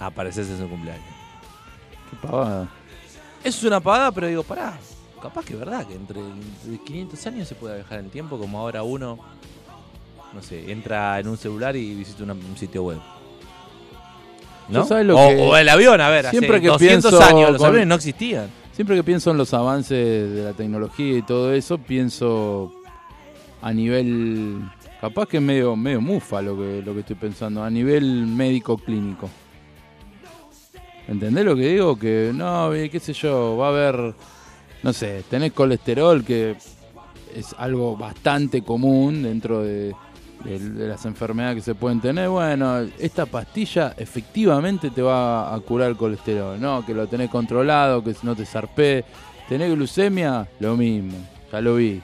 Speaker 4: a aparecerse en su cumpleaños.
Speaker 5: qué pavada.
Speaker 4: Eso es una pavada, pero digo, pará, capaz que es verdad que entre entre 500 años se puede viajar en el tiempo, como ahora uno, no sé, entra en un celular y visita una- un sitio web. ¿No?
Speaker 5: ¿Tú sabes lo
Speaker 4: o,
Speaker 5: que-
Speaker 4: o el avión, a ver,
Speaker 5: Siempre
Speaker 4: hace
Speaker 5: que
Speaker 4: 200
Speaker 5: pienso
Speaker 4: años los
Speaker 5: con-
Speaker 4: aviones no existían.
Speaker 5: Siempre que pienso en los avances de la tecnología y todo eso, pienso a nivel. Capaz que es medio, medio mufa lo que, lo que estoy pensando, a nivel médico clínico. ¿Entendés lo que digo? Que no, eh, qué sé yo, va a haber. No sé, tenés colesterol, que es algo bastante común dentro de, de- de las enfermedades que se pueden tener. Bueno, esta pastilla efectivamente te va a curar el colesterol, ¿no? Que lo tenés controlado, que no te zarpé. ¿Tenés glucemia? Lo mismo, ya lo vi.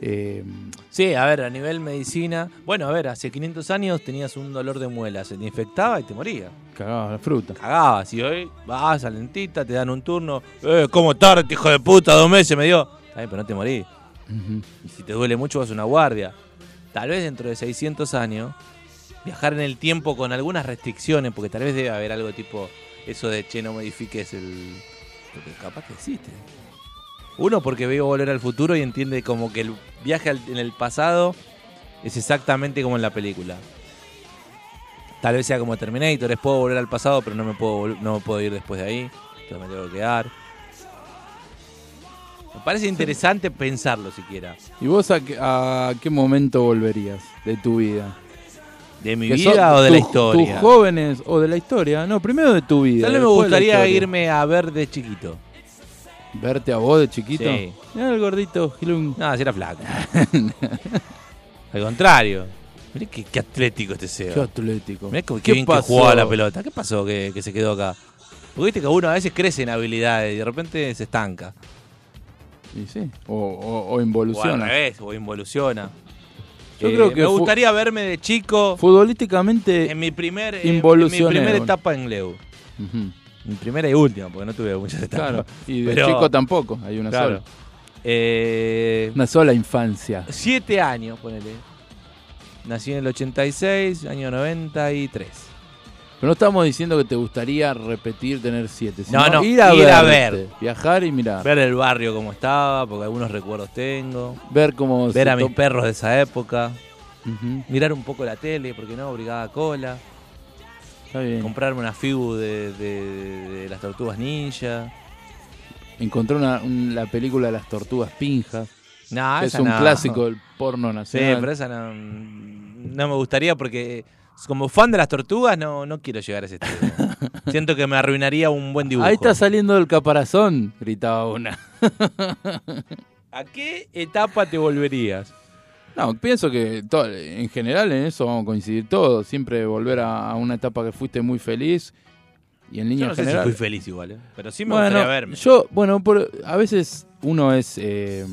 Speaker 5: Eh,
Speaker 4: Sí, a ver, a nivel medicina. Bueno, a ver, hace 500 años tenías un dolor de muela, se te infectaba y te moría.
Speaker 5: cagabas la fruta.
Speaker 4: Cagabas y hoy vas a lentita, te dan un turno. Eh, ¿cómo tarde, hijo de puta? Dos meses me dio. Ay, pero no te morí.
Speaker 5: Ujú.
Speaker 4: Y si te duele mucho vas a una guardia. Tal vez dentro de 600 años, viajar en el tiempo con algunas restricciones, porque tal vez debe haber algo tipo eso de che, no modifiques el. Porque capaz que existe. Uno, porque veo volver al futuro y entiende como que el viaje al- en el pasado es exactamente como en la película. Tal vez sea como Terminator, es puedo volver al pasado, pero no me puedo, vol- no puedo ir después de ahí. Entonces me tengo que quedar. Me parece interesante pensarlo siquiera.
Speaker 5: ¿Y vos a, qué- a qué momento volverías de tu vida?
Speaker 4: ¿De mi
Speaker 5: Que
Speaker 4: vida
Speaker 5: sos-
Speaker 4: o de la
Speaker 5: tus-
Speaker 4: historia?
Speaker 5: Tus jóvenes o de la historia. No, primero de tu vida.
Speaker 4: Tal vez me
Speaker 5: después de la
Speaker 4: gustaría
Speaker 5: historia.
Speaker 4: irme a ver de chiquito.
Speaker 5: ¿Verte a vos de chiquito?
Speaker 4: Sí.
Speaker 5: Mirá el gordito, Gilum.
Speaker 4: No, si era flaco. Al contrario. Mirá qué, qué atlético este
Speaker 5: Qué
Speaker 4: Seba.
Speaker 5: atlético.
Speaker 4: Mirá qué, qué bien que
Speaker 5: pasó?
Speaker 4: jugaba la pelota. ¿Qué pasó que, que se quedó acá? Porque viste que uno a veces crece en habilidades y de repente se estanca.
Speaker 5: Y sí, o, o- o
Speaker 4: O al
Speaker 5: involuciona.
Speaker 4: revés, o involuciona.
Speaker 5: Yo
Speaker 4: Eh,
Speaker 5: creo que
Speaker 4: me
Speaker 5: fu-
Speaker 4: gustaría verme de chico
Speaker 5: Futbolísticamente.
Speaker 4: eh. en mi primer eh, en mi
Speaker 5: involucioné,
Speaker 4: primera
Speaker 5: bueno.
Speaker 4: etapa en Leu.
Speaker 5: Ujú,
Speaker 4: Mi primera y última, porque no tuve muchas etapas.
Speaker 5: Claro. Y de
Speaker 4: Pero-
Speaker 5: chico tampoco. Hay una
Speaker 4: Claro.
Speaker 5: sola.
Speaker 4: Eh,
Speaker 5: Una sola infancia.
Speaker 4: siete años, ponele. Nací en el 86, año 93.
Speaker 5: Pero no estamos diciendo que te gustaría repetir tener siete.
Speaker 4: No,
Speaker 5: sino
Speaker 4: no,
Speaker 5: Ir a,
Speaker 4: ir a
Speaker 5: verte,
Speaker 4: ver.
Speaker 5: Viajar y mirar. Ver,
Speaker 4: Ver el barrio como estaba, porque algunos recuerdos tengo.
Speaker 5: cómo.
Speaker 4: Ver
Speaker 5: se
Speaker 4: a mis
Speaker 5: to-
Speaker 4: perros de esa época.
Speaker 5: Ujú,
Speaker 4: Mirar un poco la tele, porque no, Brigada Cola.
Speaker 5: Está bien.
Speaker 4: Comprarme una Fibu de, de- de las tortugas ninja.
Speaker 5: Encontré una, un- la película Las Tortugas Pinjas.
Speaker 4: Nah,
Speaker 5: que es
Speaker 4: Ah, esa
Speaker 5: un
Speaker 4: no.
Speaker 5: clásico del porno
Speaker 4: Sí,
Speaker 5: nacional.
Speaker 4: pero esa no, no me gustaría porque como fan de las tortugas no, no quiero llegar a ese estilo. Siento que me arruinaría un buen dibujo.
Speaker 5: Ahí está saliendo del caparazón, gritaba una.
Speaker 4: ¿A qué etapa te volverías?
Speaker 5: No, pienso que to- en general en eso vamos a coincidir todos. Siempre volver a, a una etapa que fuiste muy feliz y en
Speaker 4: Yo
Speaker 5: línea
Speaker 4: no sé si
Speaker 5: general.
Speaker 4: fui feliz igual, ¿eh? pero sí me
Speaker 5: bueno,
Speaker 4: gustaría verme.
Speaker 5: yo, bueno, por- a veces uno es eh,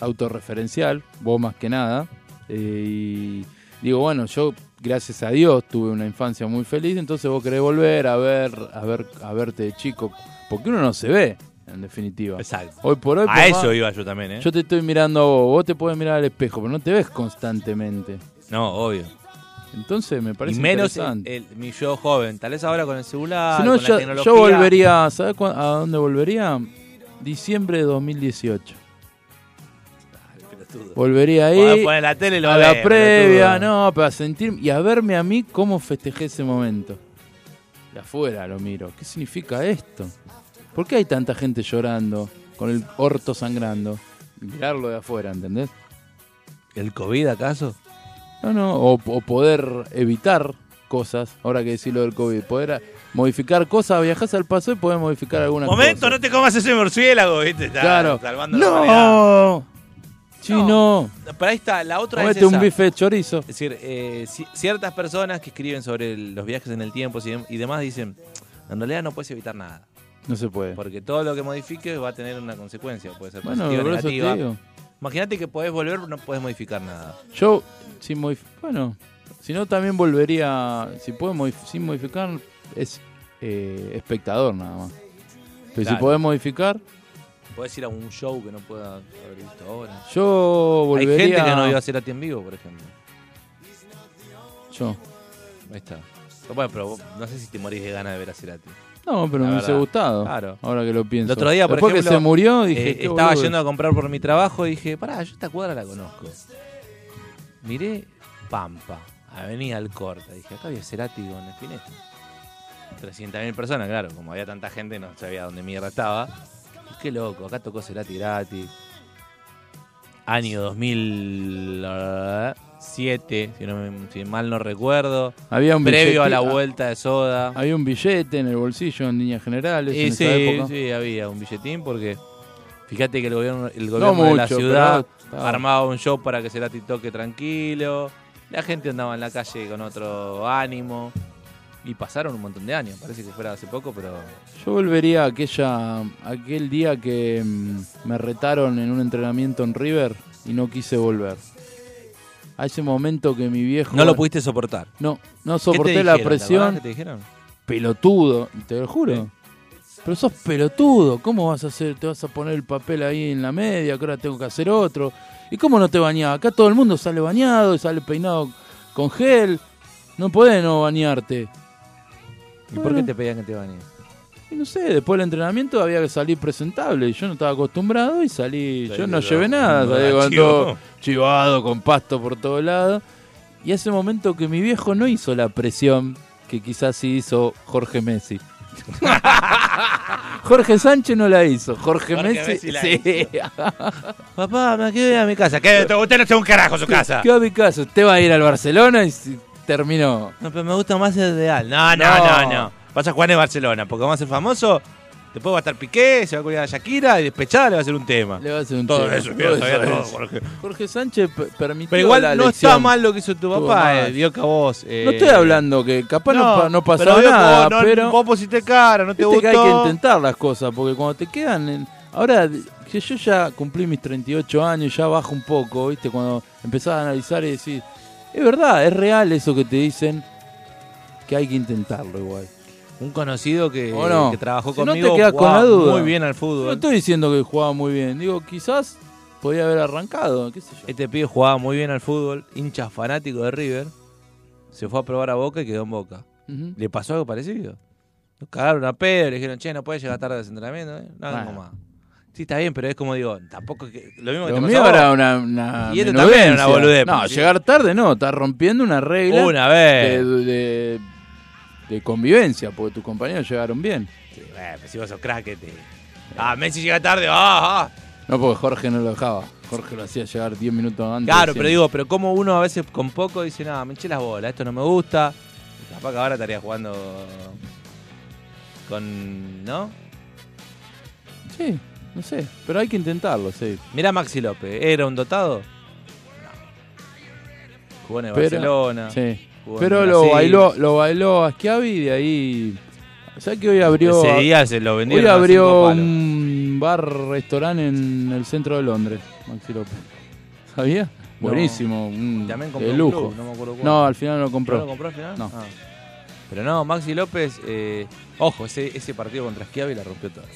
Speaker 5: autorreferencial, vos más que nada. eh, y digo, bueno, yo gracias a Dios tuve una infancia muy feliz, entonces vos querés volver a ver, a ver, a verte de chico, porque uno no se ve. en definitiva.
Speaker 4: Exacto.
Speaker 5: Hoy por hoy, por
Speaker 4: A
Speaker 5: más,
Speaker 4: eso iba yo también, ¿eh?
Speaker 5: yo te estoy mirando a vos, vos te podés mirar al espejo, pero no te ves constantemente.
Speaker 4: No, obvio.
Speaker 5: Entonces me
Speaker 4: Y
Speaker 5: parece
Speaker 4: menos el,
Speaker 5: interesante.
Speaker 4: el- mi yo joven. Tal vez ahora con el celular,
Speaker 5: si no,
Speaker 4: con la
Speaker 5: yo,
Speaker 4: tecnología.
Speaker 5: yo volvería, ¿sabes cuá- a dónde volvería? Diciembre de 2018. Volvería
Speaker 4: Podés
Speaker 5: ahí,
Speaker 4: poner la tele y pues, lo
Speaker 5: a
Speaker 4: ves,
Speaker 5: la previa,
Speaker 4: pelotudo.
Speaker 5: no, para sentir y a verme a mí cómo festejé ese momento. De afuera lo miro. ¿Qué significa esto? ¿Por qué hay tanta gente llorando con el orto sangrando? Mirarlo de afuera, ¿entendés?
Speaker 4: ¿El COVID acaso?
Speaker 5: No, no, o, o poder evitar cosas, ahora que decís lo del COVID, poder a- modificar cosas, viajás al paso y podés modificar alguna
Speaker 4: Momento,
Speaker 5: cosa.
Speaker 4: no te comas ese murciélago, ¿viste? Está
Speaker 5: Claro.
Speaker 4: Salvando la humanidad.
Speaker 5: ¡No! Chino,
Speaker 4: Pero ahí está, la otra es
Speaker 5: comete un
Speaker 4: esa.
Speaker 5: bife de chorizo.
Speaker 4: Es decir, eh, ci- ciertas personas que escriben sobre el- los viajes en el tiempo y dem- y demás dicen, en realidad no puedes evitar nada,
Speaker 5: No se puede.
Speaker 4: porque todo lo que modifiques va a tener una consecuencia, puede ser
Speaker 5: Bueno,
Speaker 4: positiva o
Speaker 5: por eso te
Speaker 4: negativa.
Speaker 5: digo.
Speaker 4: Imagínate que podés volver, no podés modificar nada.
Speaker 5: Yo, si modif- bueno, si no también volvería, si puedo modif- sin modificar, es eh, espectador nada más. Pero
Speaker 4: Claro.
Speaker 5: si podés modificar,
Speaker 4: Podés ir a un show que no pueda haber visto ahora.
Speaker 5: yo volvería...
Speaker 4: Hay gente que no iba a hacer a ti en vivo, por ejemplo.
Speaker 5: Yo.
Speaker 4: Ahí está. Bueno, pero vos- no sé si te morís de ganas de ver a Cerati.
Speaker 5: No, pero
Speaker 4: La
Speaker 5: me
Speaker 4: verdad.
Speaker 5: hubiese gustado.
Speaker 4: Claro.
Speaker 5: Ahora que lo pienso.
Speaker 4: El otro día, por
Speaker 5: Después
Speaker 4: ejemplo,
Speaker 5: que se murió, dije.
Speaker 4: Eh,
Speaker 5: qué
Speaker 4: estaba
Speaker 5: boludo.
Speaker 4: yendo a comprar por mi trabajo y dije, pará, yo esta cuadra la conozco. Miré Pampa, Avenida Alcorta. Dije, acá había Cerati con Espineta. 300.000 personas, claro, como había tanta gente, no sabía dónde mierda estaba. Y Qué loco, acá tocó Cerati gratis. Año 2007, si, no me- si mal no recuerdo.
Speaker 5: Había un
Speaker 4: Previo
Speaker 5: billete- ah.
Speaker 4: a la vuelta de soda.
Speaker 5: Había un billete en el bolsillo en líneas generales.
Speaker 4: Y
Speaker 5: en
Speaker 4: sí,
Speaker 5: esa época.
Speaker 4: sí, había un billetín porque fíjate que el gobierno, el gobierno de la
Speaker 5: mucho,
Speaker 4: ciudad
Speaker 5: pero estaba.
Speaker 4: armaba un show para que se la toque tranquilo. La gente andaba en la calle con otro ánimo. Y pasaron un montón de años, parece que fuera hace poco, pero
Speaker 5: Yo volvería a aquella, aquel día que mm, me retaron en un entrenamiento en River y no quise volver. A ese momento que mi viejo.
Speaker 4: no lo pudiste soportar.
Speaker 5: No, no
Speaker 4: ¿Qué te
Speaker 5: soporté
Speaker 4: dijeron?
Speaker 5: la
Speaker 4: ¿Te acordás
Speaker 5: presión.
Speaker 4: que te dijeron?
Speaker 5: pelotudo, te lo juro. Pero sos pelotudo, ¿cómo vas a hacer? Te vas a poner el papel ahí en la media, que ahora tengo que hacer otro. ¿Y cómo no te bañás? Acá todo el mundo sale bañado, sale peinado con gel. No podés no bañarte.
Speaker 4: ¿Y por qué te pedían que te bañes?
Speaker 5: Y no sé, después del entrenamiento había que salir presentable. Y yo no estaba acostumbrado y salí. yo no llevé nada, salí con todo chivado, con pasto por todos lados. Y ese momento que mi viejo no hizo la presión que quizás sí hizo Jorge Messi. Jorge Sánchez no la hizo. Jorge,
Speaker 4: Jorge Messi
Speaker 5: Messi,
Speaker 4: la
Speaker 5: sí.
Speaker 4: Papá, me quedé a mi casa. ¿Qué? Usted no es un carajo su casa.
Speaker 5: ¿Qué va a mi caso? Usted va a ir al Barcelona y se- terminó.
Speaker 4: No, pero me gusta más el real. No, no, no,
Speaker 5: No.
Speaker 4: no. Vas a jugar en Barcelona, porque vamos a ser famoso. Después va a estar Piqué, se va a cuidar a Shakira y despechada le va a hacer un tema.
Speaker 5: Le va a hacer un
Speaker 4: Todo
Speaker 5: tema.
Speaker 4: eso, mira, sabía
Speaker 5: eso
Speaker 4: todo,
Speaker 5: es.
Speaker 4: Jorge.
Speaker 5: Jorge Sánchez per- permitió
Speaker 4: Pero igual
Speaker 5: la
Speaker 4: no está
Speaker 5: elección.
Speaker 4: mal lo que hizo tu
Speaker 5: Estuvo
Speaker 4: papá,
Speaker 5: mal.
Speaker 4: eh, vio que a vos. eh,
Speaker 5: No estoy hablando que capaz no, pa- no pasó
Speaker 4: pero vio que
Speaker 5: nada,
Speaker 4: vos no-
Speaker 5: pero
Speaker 4: Vos pusiste cara, no te
Speaker 5: viste
Speaker 4: gustó.
Speaker 5: que hay que intentar las cosas, porque cuando te quedan... en- ahora, que yo ya cumplí mis 38 años, ya bajo un poco, ¿viste? Cuando empezás a analizar y decís, es verdad, es real eso que te dicen, que hay que intentarlo igual.
Speaker 4: Un conocido que,
Speaker 5: ¿O no?
Speaker 4: que trabajó
Speaker 5: Si no
Speaker 4: conmigo
Speaker 5: te quedás con
Speaker 4: jugaba
Speaker 5: la duda.
Speaker 4: muy bien al
Speaker 5: No
Speaker 4: fútbol.
Speaker 5: estoy diciendo que jugaba muy bien, digo, quizás podía haber arrancado, qué sé yo.
Speaker 4: Este pibe jugaba muy bien al fútbol, hincha fanático de River. Se fue a probar a Boca y quedó en Boca.
Speaker 5: Ujú.
Speaker 4: ¿Le pasó algo parecido? Lo cagaron a pedo, le dijeron, che, no puedes llegar tarde al entrenamiento, ¿eh? No, vengo
Speaker 5: Bueno.
Speaker 4: más. Sí, está bien, pero es como digo, tampoco es que, lo mismo que
Speaker 5: Lo
Speaker 4: te
Speaker 5: mío
Speaker 4: este pasó a vos.
Speaker 5: era una, una
Speaker 4: Y esto también era una
Speaker 5: menudencia.
Speaker 4: boludez,
Speaker 5: No,
Speaker 4: porque si-
Speaker 5: llegar tarde no, estás rompiendo una regla
Speaker 4: Una vez.
Speaker 5: De, de- de convivencia, porque tus compañeros llegaron bien.
Speaker 4: Sí, bueno, pero si vos sos crack, que te... Ah, Messi llega tarde, ah, ah.
Speaker 5: No, porque Jorge no lo dejaba. Jorge lo hacía llegar 10 minutos antes.
Speaker 4: Claro,
Speaker 5: siempre.
Speaker 4: pero digo, pero como uno a veces con poco dice, no, me eché las bolas, esto no me gusta. Y Capaz que ahora estaría jugando con... ¿No?
Speaker 5: Sí, no sé. Pero hay que intentarlo, sí.
Speaker 4: Mirá a Maxi López, ¿era un dotado? No. Jugó en el
Speaker 5: Pero-
Speaker 4: Barcelona.
Speaker 5: sí.
Speaker 4: jugó en
Speaker 5: Pero lo
Speaker 4: Brasil.
Speaker 5: bailó, lo bailó Aschiavi y de ahí. ¿Sabes que hoy abrió.
Speaker 4: Ese día se lo vendieron
Speaker 5: Hoy
Speaker 4: a cinco
Speaker 5: abrió
Speaker 4: palos.
Speaker 5: un bar-restaurante en el centro de Londres, Maxi López. ¿Sabía?
Speaker 4: No.
Speaker 5: Buenísimo, un-
Speaker 4: También compró
Speaker 5: de
Speaker 4: un
Speaker 5: lujo.
Speaker 4: club, no me acuerdo
Speaker 5: no,
Speaker 4: cuál.
Speaker 5: al final no lo
Speaker 4: ¿No lo
Speaker 5: compró.
Speaker 4: compró al final?
Speaker 5: No.
Speaker 4: Ah. Pero no, Maxi López, eh, ojo, ese, ese partido contra Schiavi la rompió toda.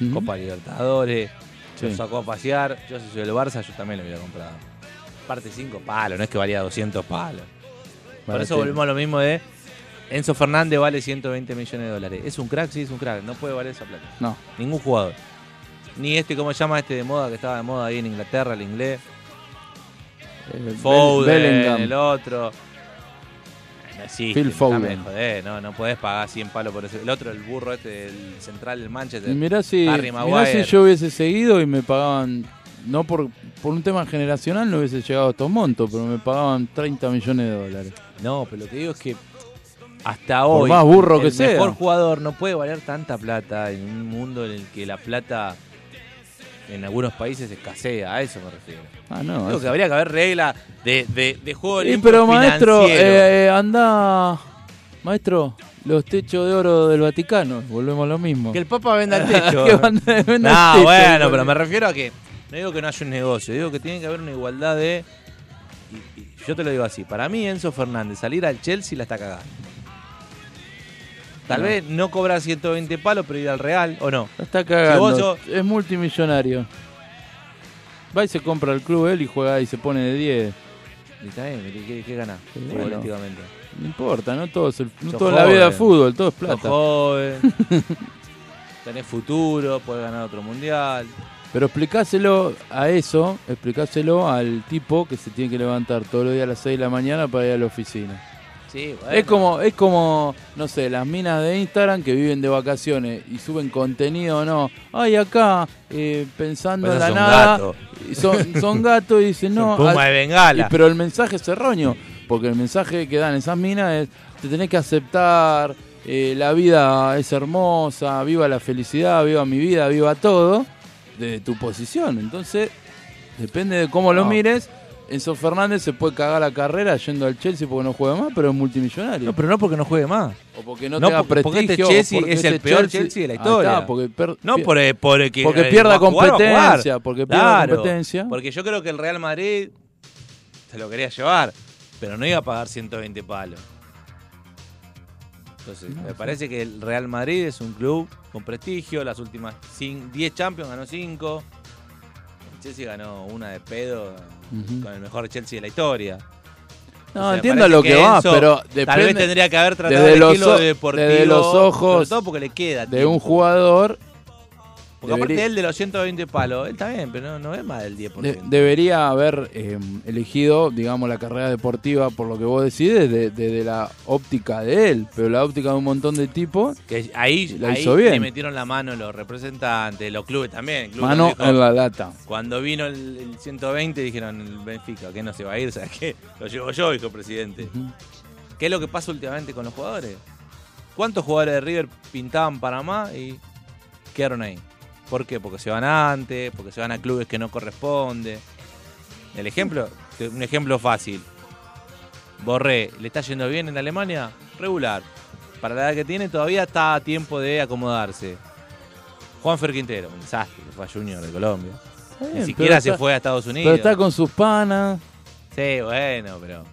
Speaker 5: Ujú.
Speaker 4: Copa Libertadores,
Speaker 5: Sí.
Speaker 4: lo sacó a pasear. Yo si soy el Barça, yo también lo hubiera comprado. Parte 5 palos, no es que valía 200 palos. Por eso
Speaker 5: Baratero.
Speaker 4: volvemos a lo mismo de Enzo Fernández vale 120 millones de dólares. Es un crack, sí, es un crack. No puede valer esa plata.
Speaker 5: No.
Speaker 4: Ningún jugador. Ni este, ¿cómo se llama este de moda que estaba de moda ahí en Inglaterra, el inglés?
Speaker 5: Eh,
Speaker 4: Foden,
Speaker 5: Bellingham.
Speaker 4: el otro. No existe,
Speaker 5: Phil Foden.
Speaker 4: dejame de joder, no, no podés pagar 100 palos por ese. El otro, el burro este, el central del Manchester.
Speaker 5: Y mirá si,
Speaker 4: Harry
Speaker 5: mirá
Speaker 4: Maguire.
Speaker 5: si yo hubiese seguido y me pagaban, no por, por un tema generacional no hubiese llegado a estos montos, pero me pagaban 30 millones de dólares.
Speaker 4: No, pero lo que digo es que hasta
Speaker 5: Por
Speaker 4: hoy.
Speaker 5: más burro que
Speaker 4: el
Speaker 5: sea.
Speaker 4: mejor jugador no puede valer tanta plata en un mundo en el que la plata en algunos países escasea. A eso me refiero.
Speaker 5: Ah, no.
Speaker 4: Digo
Speaker 5: eso-
Speaker 4: que habría que haber reglas de, de, de juego
Speaker 5: Y
Speaker 4: limpio
Speaker 5: pero maestro,
Speaker 4: financiero.
Speaker 5: eh, anda, maestro, los techos de oro del Vaticano, volvemos a lo mismo.
Speaker 4: Que el Papa venda el techo.
Speaker 5: Que van- venden
Speaker 4: no,
Speaker 5: el techo,
Speaker 4: bueno,
Speaker 5: igual.
Speaker 4: pero me refiero a que no digo que no haya un negocio, digo que tiene que haber una igualdad de. y- y yo te lo digo así: para mí, Enzo Fernández, salir al Chelsea la está cagando. Tal
Speaker 5: No.
Speaker 4: vez no cobrar 120 palos, pero ir al Real, o no.
Speaker 5: La Está cagando.
Speaker 4: Si vos
Speaker 5: Es multimillonario. Va y se compra el club él y juega y se pone de 10.
Speaker 4: Y está bien, ¿qué, qué, qué gana
Speaker 5: Y bueno.
Speaker 4: futbolísticamente?
Speaker 5: No importa, no todo es, el- no
Speaker 4: Sos
Speaker 5: todo es la vida
Speaker 4: joven.
Speaker 5: es fútbol, todo es
Speaker 4: Sos
Speaker 5: plata.
Speaker 4: joven, tenés futuro, podés ganar otro mundial.
Speaker 5: Pero explicáselo a eso, explicáselo al tipo que se tiene que levantar todos los días a las 6 de la mañana para ir a la oficina.
Speaker 4: Sí, bueno.
Speaker 5: Es como, es como, no sé, las minas de Instagram que viven de vacaciones y suben contenido, no. Ay, acá, eh, pensando
Speaker 4: Pero
Speaker 5: en la
Speaker 4: son
Speaker 5: nada.
Speaker 4: gatos.
Speaker 5: y Son, son gatos y dicen, no.
Speaker 4: Puma
Speaker 5: a-
Speaker 4: de Bengala.
Speaker 5: y- pero el mensaje es erróneo, porque el mensaje que dan esas minas es, te tenés que aceptar, eh, la vida es hermosa, viva la felicidad, viva mi vida, viva todo, desde tu posición. Entonces, depende de cómo lo
Speaker 4: No.
Speaker 5: mires, Enzo Fernández se puede cagar la carrera yendo al Chelsea porque no juega más, pero es multimillonario.
Speaker 4: No, pero no porque no juegue más.
Speaker 5: o porque no,
Speaker 4: no,
Speaker 5: tenga
Speaker 4: porque- porque este
Speaker 5: prestigio. o
Speaker 4: Chelsea es el peor Chelsea de la
Speaker 5: Ahí
Speaker 4: historia.
Speaker 5: está, porque per-
Speaker 4: No
Speaker 5: pi-
Speaker 4: por, eh, por el que-
Speaker 5: porque
Speaker 4: el
Speaker 5: pierda
Speaker 4: va a jugar, va a jugar.
Speaker 5: competencia, porque pierda competencia.
Speaker 4: Porque yo creo que el Real Madrid se lo quería llevar, pero no iba a pagar 120 palos. Entonces, me parece que el Real Madrid es un club con prestigio. Las últimas cin- 10 Champions ganó 5. Chelsea ganó una de pedo
Speaker 5: Ujú.
Speaker 4: con el mejor Chelsea de la historia.
Speaker 5: No,
Speaker 4: O sea,
Speaker 5: entiendo
Speaker 4: parece
Speaker 5: lo que, va,
Speaker 4: Enzo
Speaker 5: pero
Speaker 4: Tal vez
Speaker 5: depende
Speaker 4: tendría que haber tratado
Speaker 5: desde
Speaker 4: de
Speaker 5: los
Speaker 4: estilo
Speaker 5: o-
Speaker 4: de deportivo.
Speaker 5: desde los ojos
Speaker 4: sobre todo porque le queda
Speaker 5: de un
Speaker 4: tiempo.
Speaker 5: jugador
Speaker 4: Porque
Speaker 5: Debería-
Speaker 4: aparte él de los 120 palos, él también, pero no, no es más del 10%.
Speaker 5: De- debería haber eh, elegido, digamos, la carrera deportiva por lo que vos decides, de- desde la óptica de él, pero la óptica de un montón de tipos,
Speaker 4: que ahí,
Speaker 5: La
Speaker 4: ahí
Speaker 5: hizo bien.
Speaker 4: le metieron la mano los representantes, los clubes también. el club
Speaker 5: mano
Speaker 4: también dijo,
Speaker 5: en la lata.
Speaker 4: Cuando vino el, el 120 dijeron, el Benfica, que no se va a ir, ¿sabes qué? Lo llevo yo, dijo el presidente.
Speaker 5: Ujú.
Speaker 4: ¿Qué es lo que pasa últimamente con los jugadores? ¿Cuántos jugadores de River pintaban Panamá y quedaron ahí? ¿Por qué? Porque se van antes, porque se van a clubes que no corresponde. El ejemplo, te- un ejemplo fácil. Borré, ¿le está yendo bien en Alemania? Regular. Para la edad que tiene todavía está a tiempo de acomodarse. Juan Quintero, un desastre, que fue a Junior de Colombia.
Speaker 5: Está
Speaker 4: Ni
Speaker 5: bien,
Speaker 4: siquiera
Speaker 5: pero
Speaker 4: se
Speaker 5: está-
Speaker 4: fue a Estados Unidos.
Speaker 5: Pero está con sus panas.
Speaker 4: Sí, bueno, pero.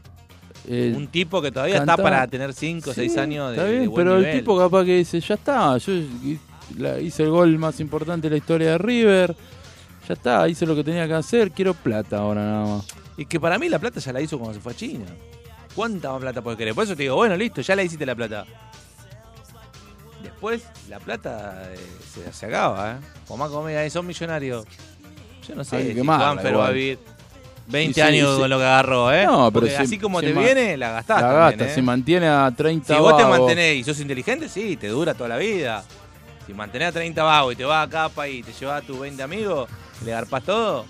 Speaker 5: eh,
Speaker 4: Un tipo que todavía está
Speaker 5: cantaba-
Speaker 4: para tener 5 o 6
Speaker 5: sí,
Speaker 4: años de,
Speaker 5: está
Speaker 4: de
Speaker 5: bien,
Speaker 4: buen
Speaker 5: pero el
Speaker 4: nivel.
Speaker 5: tipo capaz que dice, ya está, yo hi- la- hice el gol más importante de la historia de River, ya está, hice lo que tenía que hacer, quiero plata ahora nada más.
Speaker 4: Y que para mí la plata ya la hizo cuando se fue a China. ¿Cuánta más plata podés querer? Por eso te digo, bueno, listo, ya la hiciste la plata. Después, la plata eh, se, se acaba, ¿eh? Comá, comé, eh, sos millonario. Yo no
Speaker 5: Hay
Speaker 4: sé
Speaker 5: que
Speaker 4: si
Speaker 5: quemarla,
Speaker 4: Juanfer va a
Speaker 5: igual.
Speaker 4: vivir 20
Speaker 5: Y sí,
Speaker 4: años
Speaker 5: y sí.
Speaker 4: con lo que agarró, ¿eh?
Speaker 5: No, pero
Speaker 4: Porque
Speaker 5: si-
Speaker 4: así como
Speaker 5: si
Speaker 4: te
Speaker 5: ma-
Speaker 4: viene, la gastás
Speaker 5: la
Speaker 4: también,
Speaker 5: gasta,
Speaker 4: ¿eh?
Speaker 5: si mantiene a 30
Speaker 4: Si vos te
Speaker 5: vagos,
Speaker 4: mantenés y sos inteligente, sí, te dura toda la vida. Si mantenés a 30 vagos y te vas a cada país, te llevas a tus 20 amigos, le garpas todo.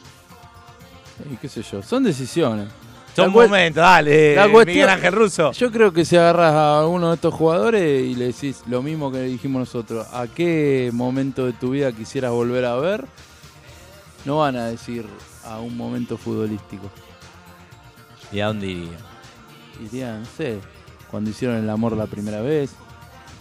Speaker 5: y qué sé yo, son decisiones.
Speaker 4: Son
Speaker 5: La cue-
Speaker 4: momentos, dale.
Speaker 5: la
Speaker 4: Miguel
Speaker 5: cuestión-
Speaker 4: Ángel Russo.
Speaker 5: Yo creo que si agarras a uno de estos jugadores y le decís lo mismo que le dijimos nosotros, ¿a qué momento de tu vida quisieras volver a ver? No van a decir a un momento futbolístico.
Speaker 4: ¿Y a dónde iría?
Speaker 5: Dirían, no sé, cuando hicieron el amor la primera vez,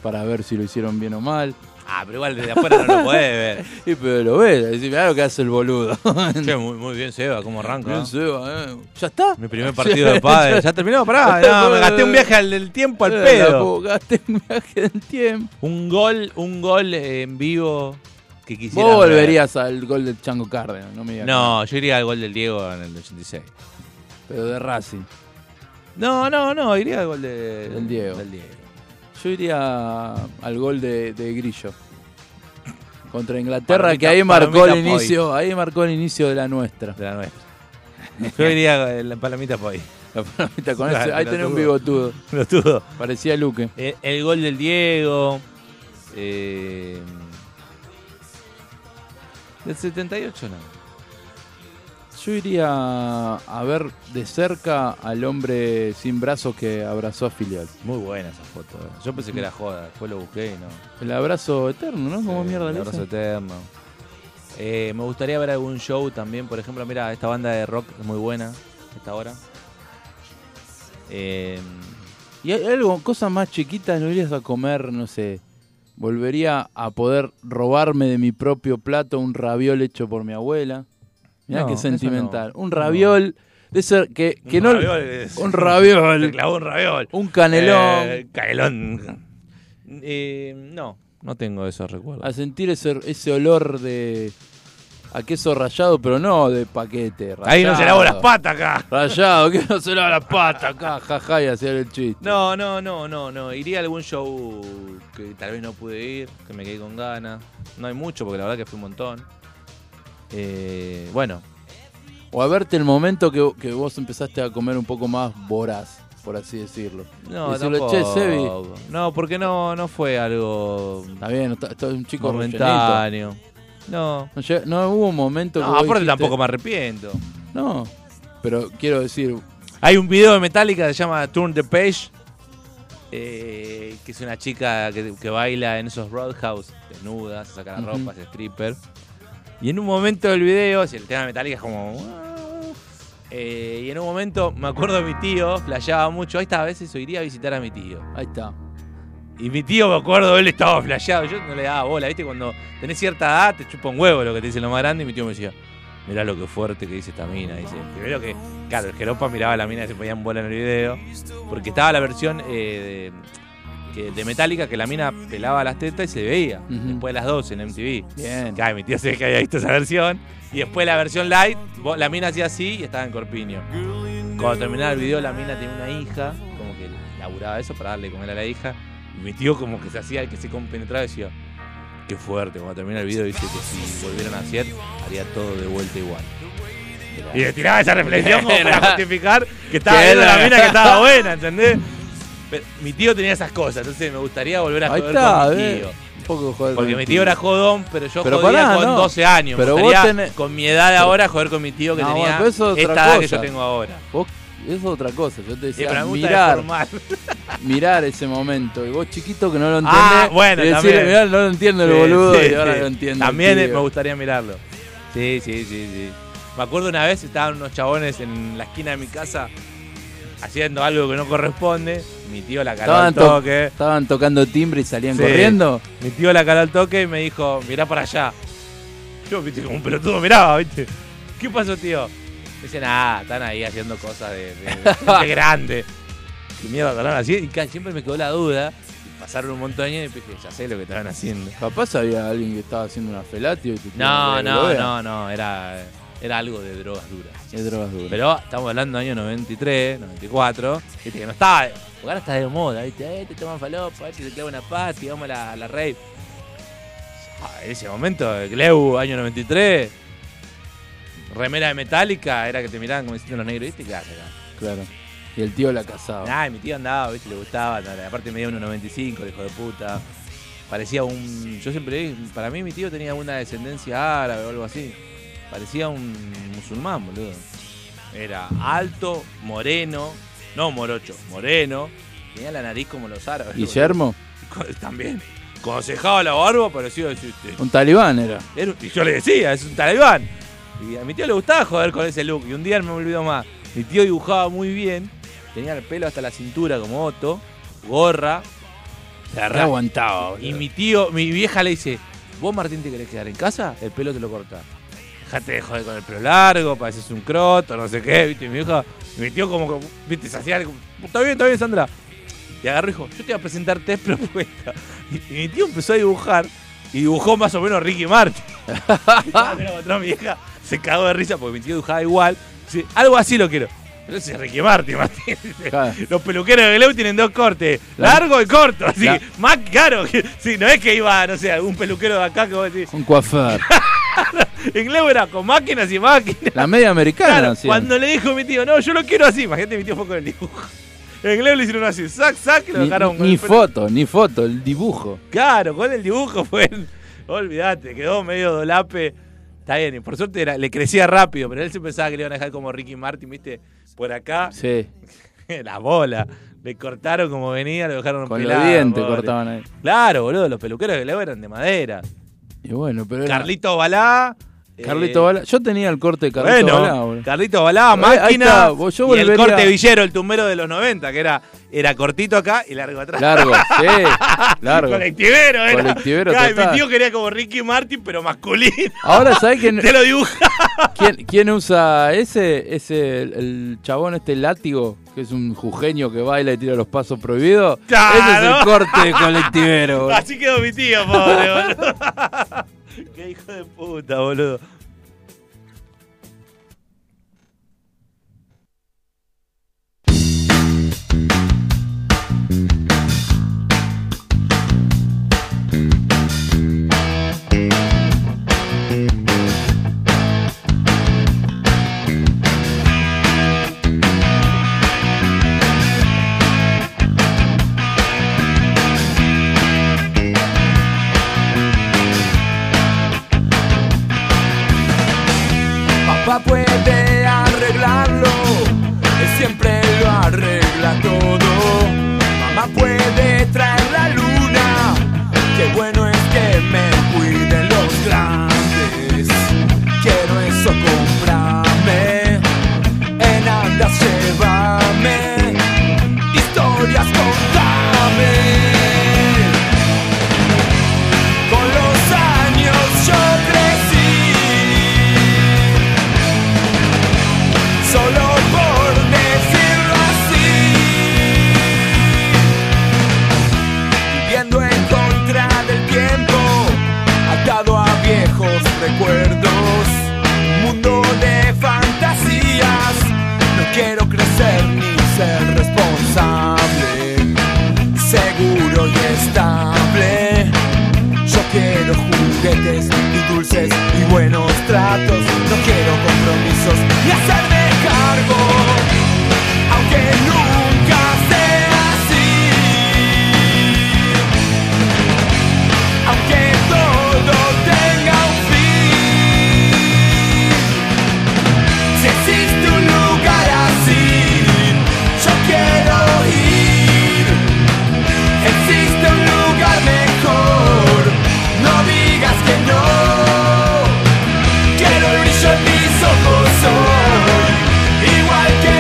Speaker 5: para ver si lo hicieron bien o mal.
Speaker 4: Ah, pero igual desde afuera no lo podés ver.
Speaker 5: Y pero lo ves, decís, mirá lo que hace el boludo.
Speaker 4: Che, muy, muy bien, Seba, cómo arranca.
Speaker 5: Bien, Seba, eh. ¿Ya está?
Speaker 4: Mi primer partido de padre. ¿Ya terminó? Pará, no, me gasté un viaje al del tiempo al
Speaker 5: Eh,
Speaker 4: pedo.
Speaker 5: la puta, Gasté un viaje del tiempo.
Speaker 4: Un gol, un gol eh, en vivo que quisiera.
Speaker 5: Vos volverías al gol del Chango Cárdenas, no me digas.
Speaker 4: No, yo iría al gol del Diego en el 86.
Speaker 5: que no. Pero de Racing.
Speaker 4: No, no, no, iría al gol de-
Speaker 5: Del Diego.
Speaker 4: Del Diego.
Speaker 5: Yo iría al gol de, de Grillo. Contra Inglaterra,
Speaker 4: Palomita-
Speaker 5: que ahí marcó
Speaker 4: palomita
Speaker 5: el inicio, ahí marcó el inicio de la nuestra.
Speaker 4: De la nuestra. Yo iría a la palomita Poi.
Speaker 5: La palomita con
Speaker 4: Claro,
Speaker 5: ese- ahí
Speaker 4: pelotudo.
Speaker 5: tenés un bigotudo.
Speaker 4: Lo dudo.
Speaker 5: Parecía Luque.
Speaker 4: El, el gol del Diego. eh, del 78 no.
Speaker 5: Yo iría a ver de cerca al hombre sin brazos que abrazó a Filial.
Speaker 4: Muy buena esa foto. eh. Yo pensé que era joda, después lo busqué y no. Eh,
Speaker 5: El abrazo eterno, ¿no? Como
Speaker 4: Sí,
Speaker 5: mierda
Speaker 4: un
Speaker 5: le
Speaker 4: abrazo
Speaker 5: dicen?
Speaker 4: eterno. Eh, me gustaría ver algún show también. Por ejemplo, mira, esta banda de rock es muy buena. Esta hora. Eh,
Speaker 5: Y hay algo, cosas más chiquitas, no irías a comer, no sé. Volvería a poder robarme de mi propio plato un raviol hecho por mi abuela. Mirá
Speaker 4: No,
Speaker 5: que
Speaker 4: eso
Speaker 5: sentimental.
Speaker 4: no.
Speaker 5: Un raviol de ser que, que
Speaker 4: Un
Speaker 5: no.
Speaker 4: raviol es-
Speaker 5: un raviol.
Speaker 4: clavó un raviol.
Speaker 5: un canelón.
Speaker 4: Eh, canelón. Eh, no, no tengo esos recuerdos.
Speaker 5: a sentir ese, ese olor de. a queso rallado, pero no de paquete.
Speaker 4: Ahí no se lavo
Speaker 5: rallado.
Speaker 4: las patas acá.
Speaker 5: Rayado, que no se lava las patas acá, jaja, y hacía el chiste.
Speaker 4: No, no, no, no, no. Iría a algún show que tal vez no pude ir, que me quedé con ganas. No hay mucho, porque la verdad que fue un montón. Eh, bueno,
Speaker 5: O a verte el momento que, que vos empezaste a comer un poco más voraz, por así decirlo.
Speaker 4: no,
Speaker 5: Decirle,
Speaker 4: tampoco.
Speaker 5: "Che, Sebi".
Speaker 4: No, porque no, no fue algo
Speaker 5: Está bien, está, está un chico rellenito.
Speaker 4: momentáneo. No.
Speaker 5: No, lle- no hubo un momento que.
Speaker 4: No,
Speaker 5: vos
Speaker 4: aparte
Speaker 5: dijiste-
Speaker 4: tampoco me arrepiento.
Speaker 5: No, pero quiero decir,
Speaker 4: Hay un video de Metallica que se llama Turn the Page, eh, que es una chica que, que baila en esos roadhouse, desnuda, se saca la
Speaker 5: Ujú.
Speaker 4: ropa, es stripper. Y en un momento del video, si el tema de Metallica es como... eh, y en un momento, me acuerdo mi tío, flasheaba mucho, ahí está, a veces iría a visitar a mi tío.
Speaker 5: ahí está.
Speaker 4: Y mi tío, me acuerdo, él estaba flasheado, yo no le daba bola, ¿viste? Cuando tenés cierta edad, te chupa un huevo lo que te dice lo más grande, y mi tío me decía... Mirá lo que fuerte que dice esta mina. Dice, primero que, claro, el Jeropa miraba a la mina que se ponía en bola en el video. Porque estaba la versión eh, de, que- de Metallica que la mina pelaba las tetas y se veía.
Speaker 5: Ujú.
Speaker 4: Después de las 12 en MTV.
Speaker 5: Bien.
Speaker 4: Claro, mi tío se ve que había visto esa versión. Y después la versión light, vo- la mina hacía así y estaba en Corpiño. Cuando terminaba el video, la mina tenía una hija, como que laburaba eso para darle de comer a la hija. Y mi tío, como que se hacía el que se compenetraba y decía: Qué fuerte. Cuando termina el video, dice que si volvieran a hacer, haría todo de vuelta igual. Y le tiraba esa reflexión como para justificar que estaba
Speaker 5: Qué
Speaker 4: viendo la
Speaker 5: era.
Speaker 4: mina que estaba buena, ¿entendés? Pero mi tío tenía esas cosas, entonces me gustaría volver a
Speaker 5: Ahí
Speaker 4: joder
Speaker 5: está,
Speaker 4: con mi
Speaker 5: ¿ves?
Speaker 4: tío.
Speaker 5: Un poco de joder
Speaker 4: Porque
Speaker 5: con
Speaker 4: mi
Speaker 5: el
Speaker 4: tío era jodón, pero yo
Speaker 5: Pero
Speaker 4: jodía
Speaker 5: pará,
Speaker 4: con
Speaker 5: no.
Speaker 4: 12 años.
Speaker 5: Pero
Speaker 4: Me
Speaker 5: vos
Speaker 4: gustaría,
Speaker 5: tenés-
Speaker 4: con mi edad ahora joder con mi tío que
Speaker 5: No,
Speaker 4: tenía
Speaker 5: bueno, pero eso es
Speaker 4: esta
Speaker 5: otra
Speaker 4: edad que yo
Speaker 5: cosa.
Speaker 4: tengo ahora.
Speaker 5: Vos, eso es otra cosa, yo te
Speaker 4: Eh, pero
Speaker 5: decía,
Speaker 4: me gusta
Speaker 5: mirar,
Speaker 4: deformar.
Speaker 5: mirar ese momento. Y vos chiquito que no lo entendés.
Speaker 4: Ah, bueno,
Speaker 5: y decir,
Speaker 4: también.
Speaker 5: mirá, no lo entiendo el
Speaker 4: Sí,
Speaker 5: boludo
Speaker 4: sí,
Speaker 5: y ahora
Speaker 4: sí.
Speaker 5: lo entiendo.
Speaker 4: También
Speaker 5: el
Speaker 4: eh,
Speaker 5: tío.
Speaker 4: me gustaría mirarlo. Sí, sí, sí, sí. Me acuerdo una vez estaban unos chabones en la esquina de mi casa haciendo algo que no corresponde. Mi tío la caló
Speaker 5: Estaban,
Speaker 4: al
Speaker 5: to-
Speaker 4: toque.
Speaker 5: estaban tocando timbre y salían
Speaker 4: Sí.
Speaker 5: corriendo.
Speaker 4: Mi tío la caló al toque y me dijo, mirá para allá. Yo, viste, como un pelotudo miraba, viste. ¿Qué pasó, tío? Me dice, ah, están ahí haciendo cosas de, de- de gente grande. Y mierda, hablaron así. Y ca- siempre me quedó la duda. Y pasaron un montón de años y dije, ya sé lo que estaban haciendo.
Speaker 5: Capaz había alguien que estaba haciendo una felatio y te
Speaker 4: No,
Speaker 5: te-
Speaker 4: no,
Speaker 5: lo vea.
Speaker 4: no, no, era, era algo de drogas duras.
Speaker 5: Es drogas duras.
Speaker 4: Pero estamos hablando del año 93, 94, viste que no estaba, porque ahora está de moda, viste, eh, te toman falopa, eh, te clava una pata y vamos a la, a la rave. Ah, en ese momento, el Gleu, año 93, remera de metálica, era que te miraban como diciendo los negros, viste, ¿qué haces acá?
Speaker 5: Claro. Y el tío la casaba.
Speaker 4: Nah, y mi tío andaba, viste, le gustaba, andaba, aparte medía 1.95, el hijo de puta. Parecía un. Yo siempre dije, para mí mi tío tenía una descendencia árabe o algo así. Parecía un musulmán, boludo. Era alto, moreno, no morocho, moreno. Tenía la nariz como los árabes. boludo.
Speaker 5: Guillermo,
Speaker 4: Con- También. Consejaba la barba, parecido decir, "Este,
Speaker 5: un talibán era.
Speaker 4: era un- y yo le decía, es un talibán. Y a mi tío le gustaba joder con ese look. Y un día no me olvidó más. Mi tío dibujaba muy bien. Tenía el pelo hasta la cintura como Otto. Gorra. La
Speaker 5: No aguantaba, boludo.
Speaker 4: Y mi tío, mi vieja le dice, vos Martín te querés quedar en casa, el pelo te lo corta. Dejate de joder con el pelo largo, pareces un croto, no sé qué, viste, y mi vieja, y mi tío como que, viste, se hacía, algo, está bien, está bien, Sandra. Y agarró y dijo, yo te voy a presentar tres propuestas. Y, y mi tío empezó a dibujar Y dibujó más o menos Ricky Martin. Mira, otra mi vieja se cagó de risa porque mi tío dibujaba igual. Dice, algo así lo quiero. Pero ese es Ricky Martin, Martín.
Speaker 5: Claro.
Speaker 4: Los peluqueros de Gleu tienen dos cortes, largo y corto, así,
Speaker 5: La-
Speaker 4: más caro. que- sí, no es que iba, no sé, algún peluquero de acá que vos decís.
Speaker 5: Un coafer.
Speaker 4: En Gleu era con máquinas y máquinas.
Speaker 5: La media americana.
Speaker 4: Claro,
Speaker 5: hacían.
Speaker 4: cuando le dijo mi tío, no, yo lo quiero así, imagínate, mi tío fue con el dibujo. En Gleu le hicieron así, sac, sac, y lo
Speaker 5: Ni,
Speaker 4: dejaron con
Speaker 5: ni
Speaker 4: el pelo.
Speaker 5: foto, ni foto, el dibujo.
Speaker 4: Claro, con el dibujo fue. el- Olvídate, quedó medio dolape. Está bien, y por suerte era- le crecía rápido, pero él se pensaba que le iban a dejar como Ricky Martin, ¿viste? Por acá,
Speaker 5: Sí,
Speaker 4: la bola. Le cortaron como venía, lo dejaron
Speaker 5: con
Speaker 4: pelado,
Speaker 5: los dientes
Speaker 4: pobre.
Speaker 5: cortaban ahí.
Speaker 4: Claro, boludo, los peluqueros que le eran de madera.
Speaker 5: Y bueno, pero era-
Speaker 4: Carlito Balá. eh,
Speaker 5: Carlito Balá. Yo tenía el corte de Carlito
Speaker 4: bueno,
Speaker 5: Balá, boludo.
Speaker 4: Carlito Balá,
Speaker 5: Ahí- ahí
Speaker 4: máquina.
Speaker 5: está, vos- yo
Speaker 4: y el
Speaker 5: volvería-
Speaker 4: corte villero, el tumbero de los 90, que era, era cortito acá y largo atrás.
Speaker 5: Largo, sí, largo.
Speaker 4: Colectivero, era.
Speaker 5: Colectivero
Speaker 4: Claro,
Speaker 5: total.
Speaker 4: mi tío quería como Ricky Martin, pero masculino.
Speaker 5: Ahora, ¿sabés quién,
Speaker 4: Te lo dibuja.
Speaker 5: quién, quién usa ese? ese el, el chabón, este látigo, que es un jujeño que baila y tira los pasos prohibidos. Ese es el
Speaker 4: Claro.
Speaker 5: corte de colectivero, boludo.
Speaker 4: Así quedó mi tío, pobre, boludo. Qué hijo de puta, boludo.
Speaker 2: Papá puede arreglarlo, él siempre lo arregla todo. Mamá puede traer la luna, qué bueno es que me cuiden los grandes. Quiero eso comprarme, en andas llevarme, historias contarme. Con los años yo crecí, solo por decirlo así, viviendo en contra del tiempo, atado a viejos recuerdos, un mundo de fantasías, no quiero crecer ni ser responsable, seguro y estable. Yo quiero juguetes y dulces y buenos tratos. No quiero compromisos ni hacerme cargo. Aunque nunca sea así. Aunque todo tenga un fin. Si existe un lugar así, yo quiero ir. Existe un lugar mejor, no digas que no. Quiero el brillo en mis ojos hoy, igual que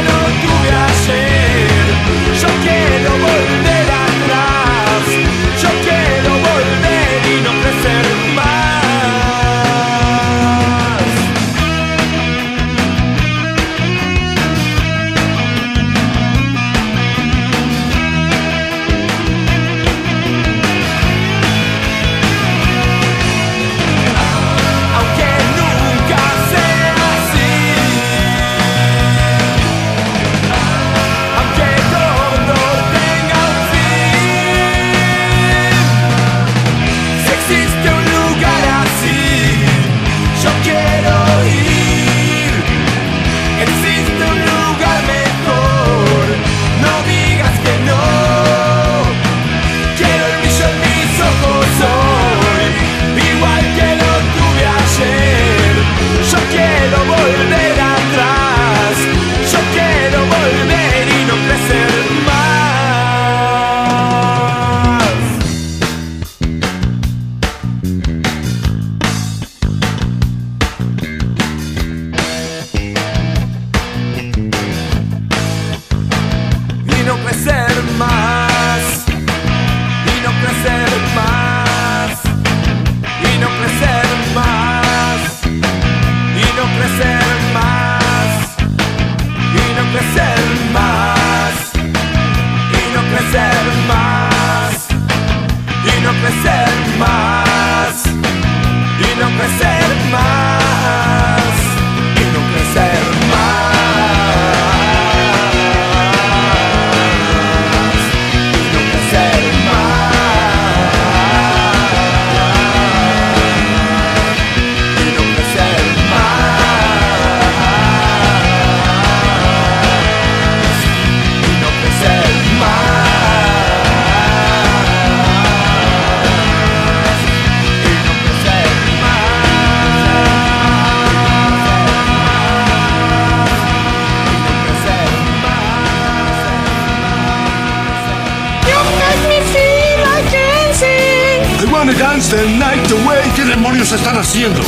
Speaker 2: They wanna dance the night away.
Speaker 8: ¿Qué demonios están haciendo?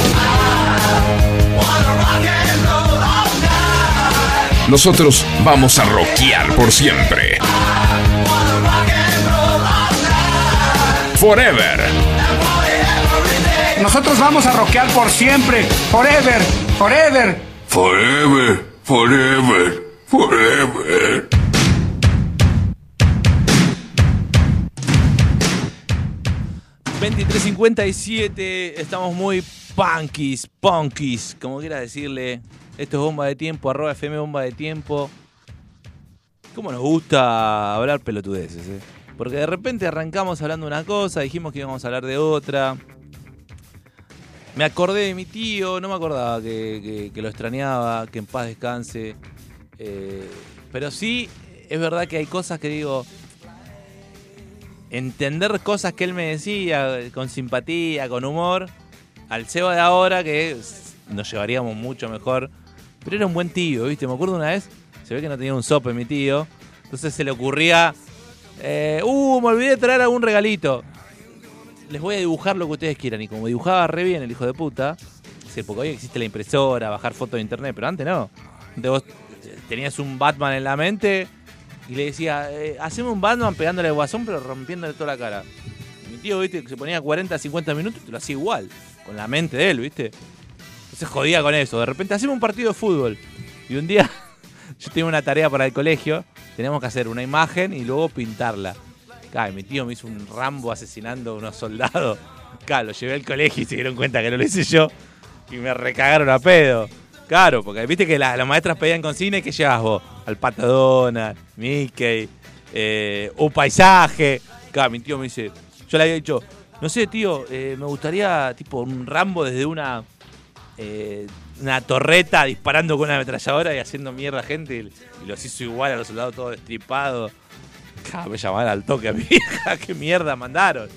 Speaker 1: Nosotros vamos a rockear por siempre. Forever.
Speaker 2: Nosotros vamos a rockear por siempre. Forever, forever.
Speaker 8: Forever, forever, forever.
Speaker 4: Rock. 23.57, estamos muy punkies, punkies, como quiera decirle. Esto es Bomba de Tiempo, arroba FM Bomba de Tiempo. ¿Cómo nos gusta hablar pelotudeces? eh? Porque de repente arrancamos hablando una cosa, dijimos que íbamos a hablar de otra. Me acordé de mi tío, no me acordaba que, que- que lo extrañaba, que en paz descanse. Eh, pero sí, es verdad que hay cosas que digo, entender cosas que él me decía eh, con simpatía, con humor, al Seba de ahora que es- nos llevaríamos mucho mejor. Pero era un buen tío, ¿viste? Me acuerdo una vez, se ve que no tenía un sope mi tío, entonces se le ocurría, eh, uh, me olvidé de traer algún regalito. Les voy a dibujar lo que ustedes quieran y como dibujaba re bien el hijo de puta, sí, porque hoy existe la impresora, bajar fotos de internet, pero antes no. Entonces vos eh, tenías un Batman en la mente, y le decía, eh, haceme un Batman pegándole al guasón, pero rompiéndole toda la cara. Y Mi tío, viste, que se ponía 40, 50 minutos y te lo hacía igual, con la mente de él, viste. Entonces jodía con eso. De repente, haceme un partido de fútbol. Y un día, yo tenía una tarea para el colegio, teníamos que hacer una imagen y luego pintarla. Claro, y mi tío me hizo un Rambo asesinando a unos soldados. Claro, lo llevé al colegio y se dieron cuenta que no lo hice yo. Y me recagaron a pedo. Claro, porque viste que la- las maestras pedían consigna y que llevas vos. Al Patadona, Mickey, eh, un paisaje. Claro, mi tío me dice, yo le había dicho, no sé, tío, eh, me gustaría tipo un Rambo desde una, eh, una torreta disparando con una ametralladora y haciendo mierda a gente. Y, y los hizo igual a los soldados todos destripados. Claro, Ah, me llamaban al toque a mi hija, qué mierda mandaron.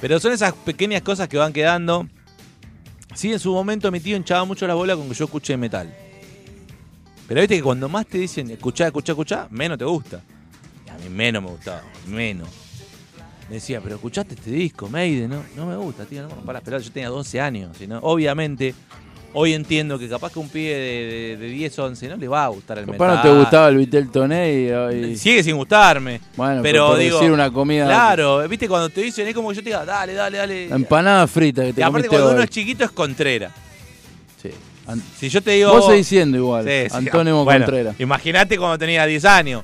Speaker 4: Pero son esas pequeñas cosas que van quedando. Sí, en su momento mi tío hinchaba mucho las bolas con que yo escuché metal. Pero viste que cuando más te dicen escuchá, escuchá, escuchá, menos te gusta. Y a mí menos me gustaba, menos. Me decía, pero escuchaste este disco, Maiden, no, no me gusta, tío, no me rompa las pelotas. Yo tenía 12 años, ¿sí, no? obviamente. Hoy entiendo que capaz que un pibe de, de- de 10, 11 no le va a gustar el metal.
Speaker 5: Capaz no te gustaba el Vitel Toné y, y-
Speaker 4: Sigue sin gustarme.
Speaker 5: Bueno,
Speaker 4: pero
Speaker 5: por
Speaker 4: digo,
Speaker 5: decir una comida-
Speaker 4: Claro, viste, cuando te dicen es como que yo te diga, dale, dale, dale.
Speaker 5: la empanada frita que te
Speaker 4: y aparte,
Speaker 5: comiste
Speaker 4: cuando
Speaker 5: hoy.
Speaker 4: uno es chiquito es Contrera.
Speaker 5: Sí. An-
Speaker 4: Si yo te digo.
Speaker 5: Vos seguís siendo igual,
Speaker 4: Sí, sí.
Speaker 5: Antónimo
Speaker 4: Bueno,
Speaker 5: Contreras.
Speaker 4: Imagínate cuando tenía 10 años.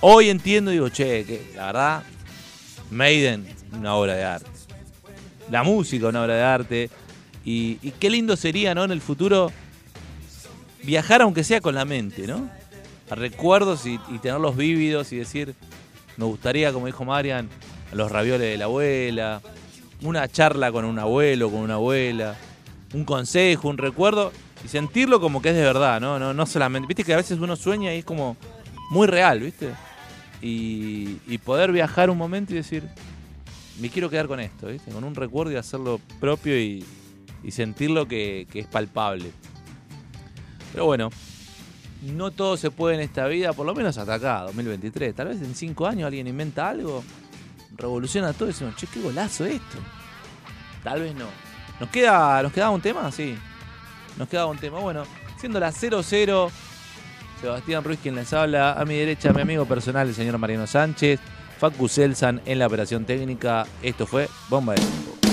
Speaker 4: Hoy entiendo y digo, che, que la verdad, Maiden, una obra de arte. La música, una obra de arte. Y, y qué lindo sería, ¿no? En el futuro, viajar aunque sea con la mente, ¿no? A recuerdos y, y tenerlos vívidos y decir, me gustaría, como dijo Marian, los ravioles de la abuela, una charla con un abuelo, con una abuela, un consejo, un recuerdo, y sentirlo como que es de verdad, ¿no? No, no solamente. Viste que a veces uno sueña y es como muy real, ¿viste? Y, y poder viajar un momento y decir, me quiero quedar con esto, ¿viste? Con un recuerdo y hacerlo propio y, y sentirlo que, que es palpable. Pero bueno, no todo se puede en esta vida, por lo menos hasta acá, 2023. Tal vez en cinco años alguien inventa algo, revoluciona todo y decimos, che, qué golazo esto. Tal vez no. ¿Nos queda, ¿Nos quedaba un tema? Sí. Nos quedaba un tema. Bueno, siendo la 0-0, Sebastián Ruiz quien les habla. A mi derecha, mi amigo personal, el señor Mariano Sánchez. Facu Selsan en la operación técnica. Esto fue Bomba de Tiempo.
Speaker 6: Oh, Oh, Oh,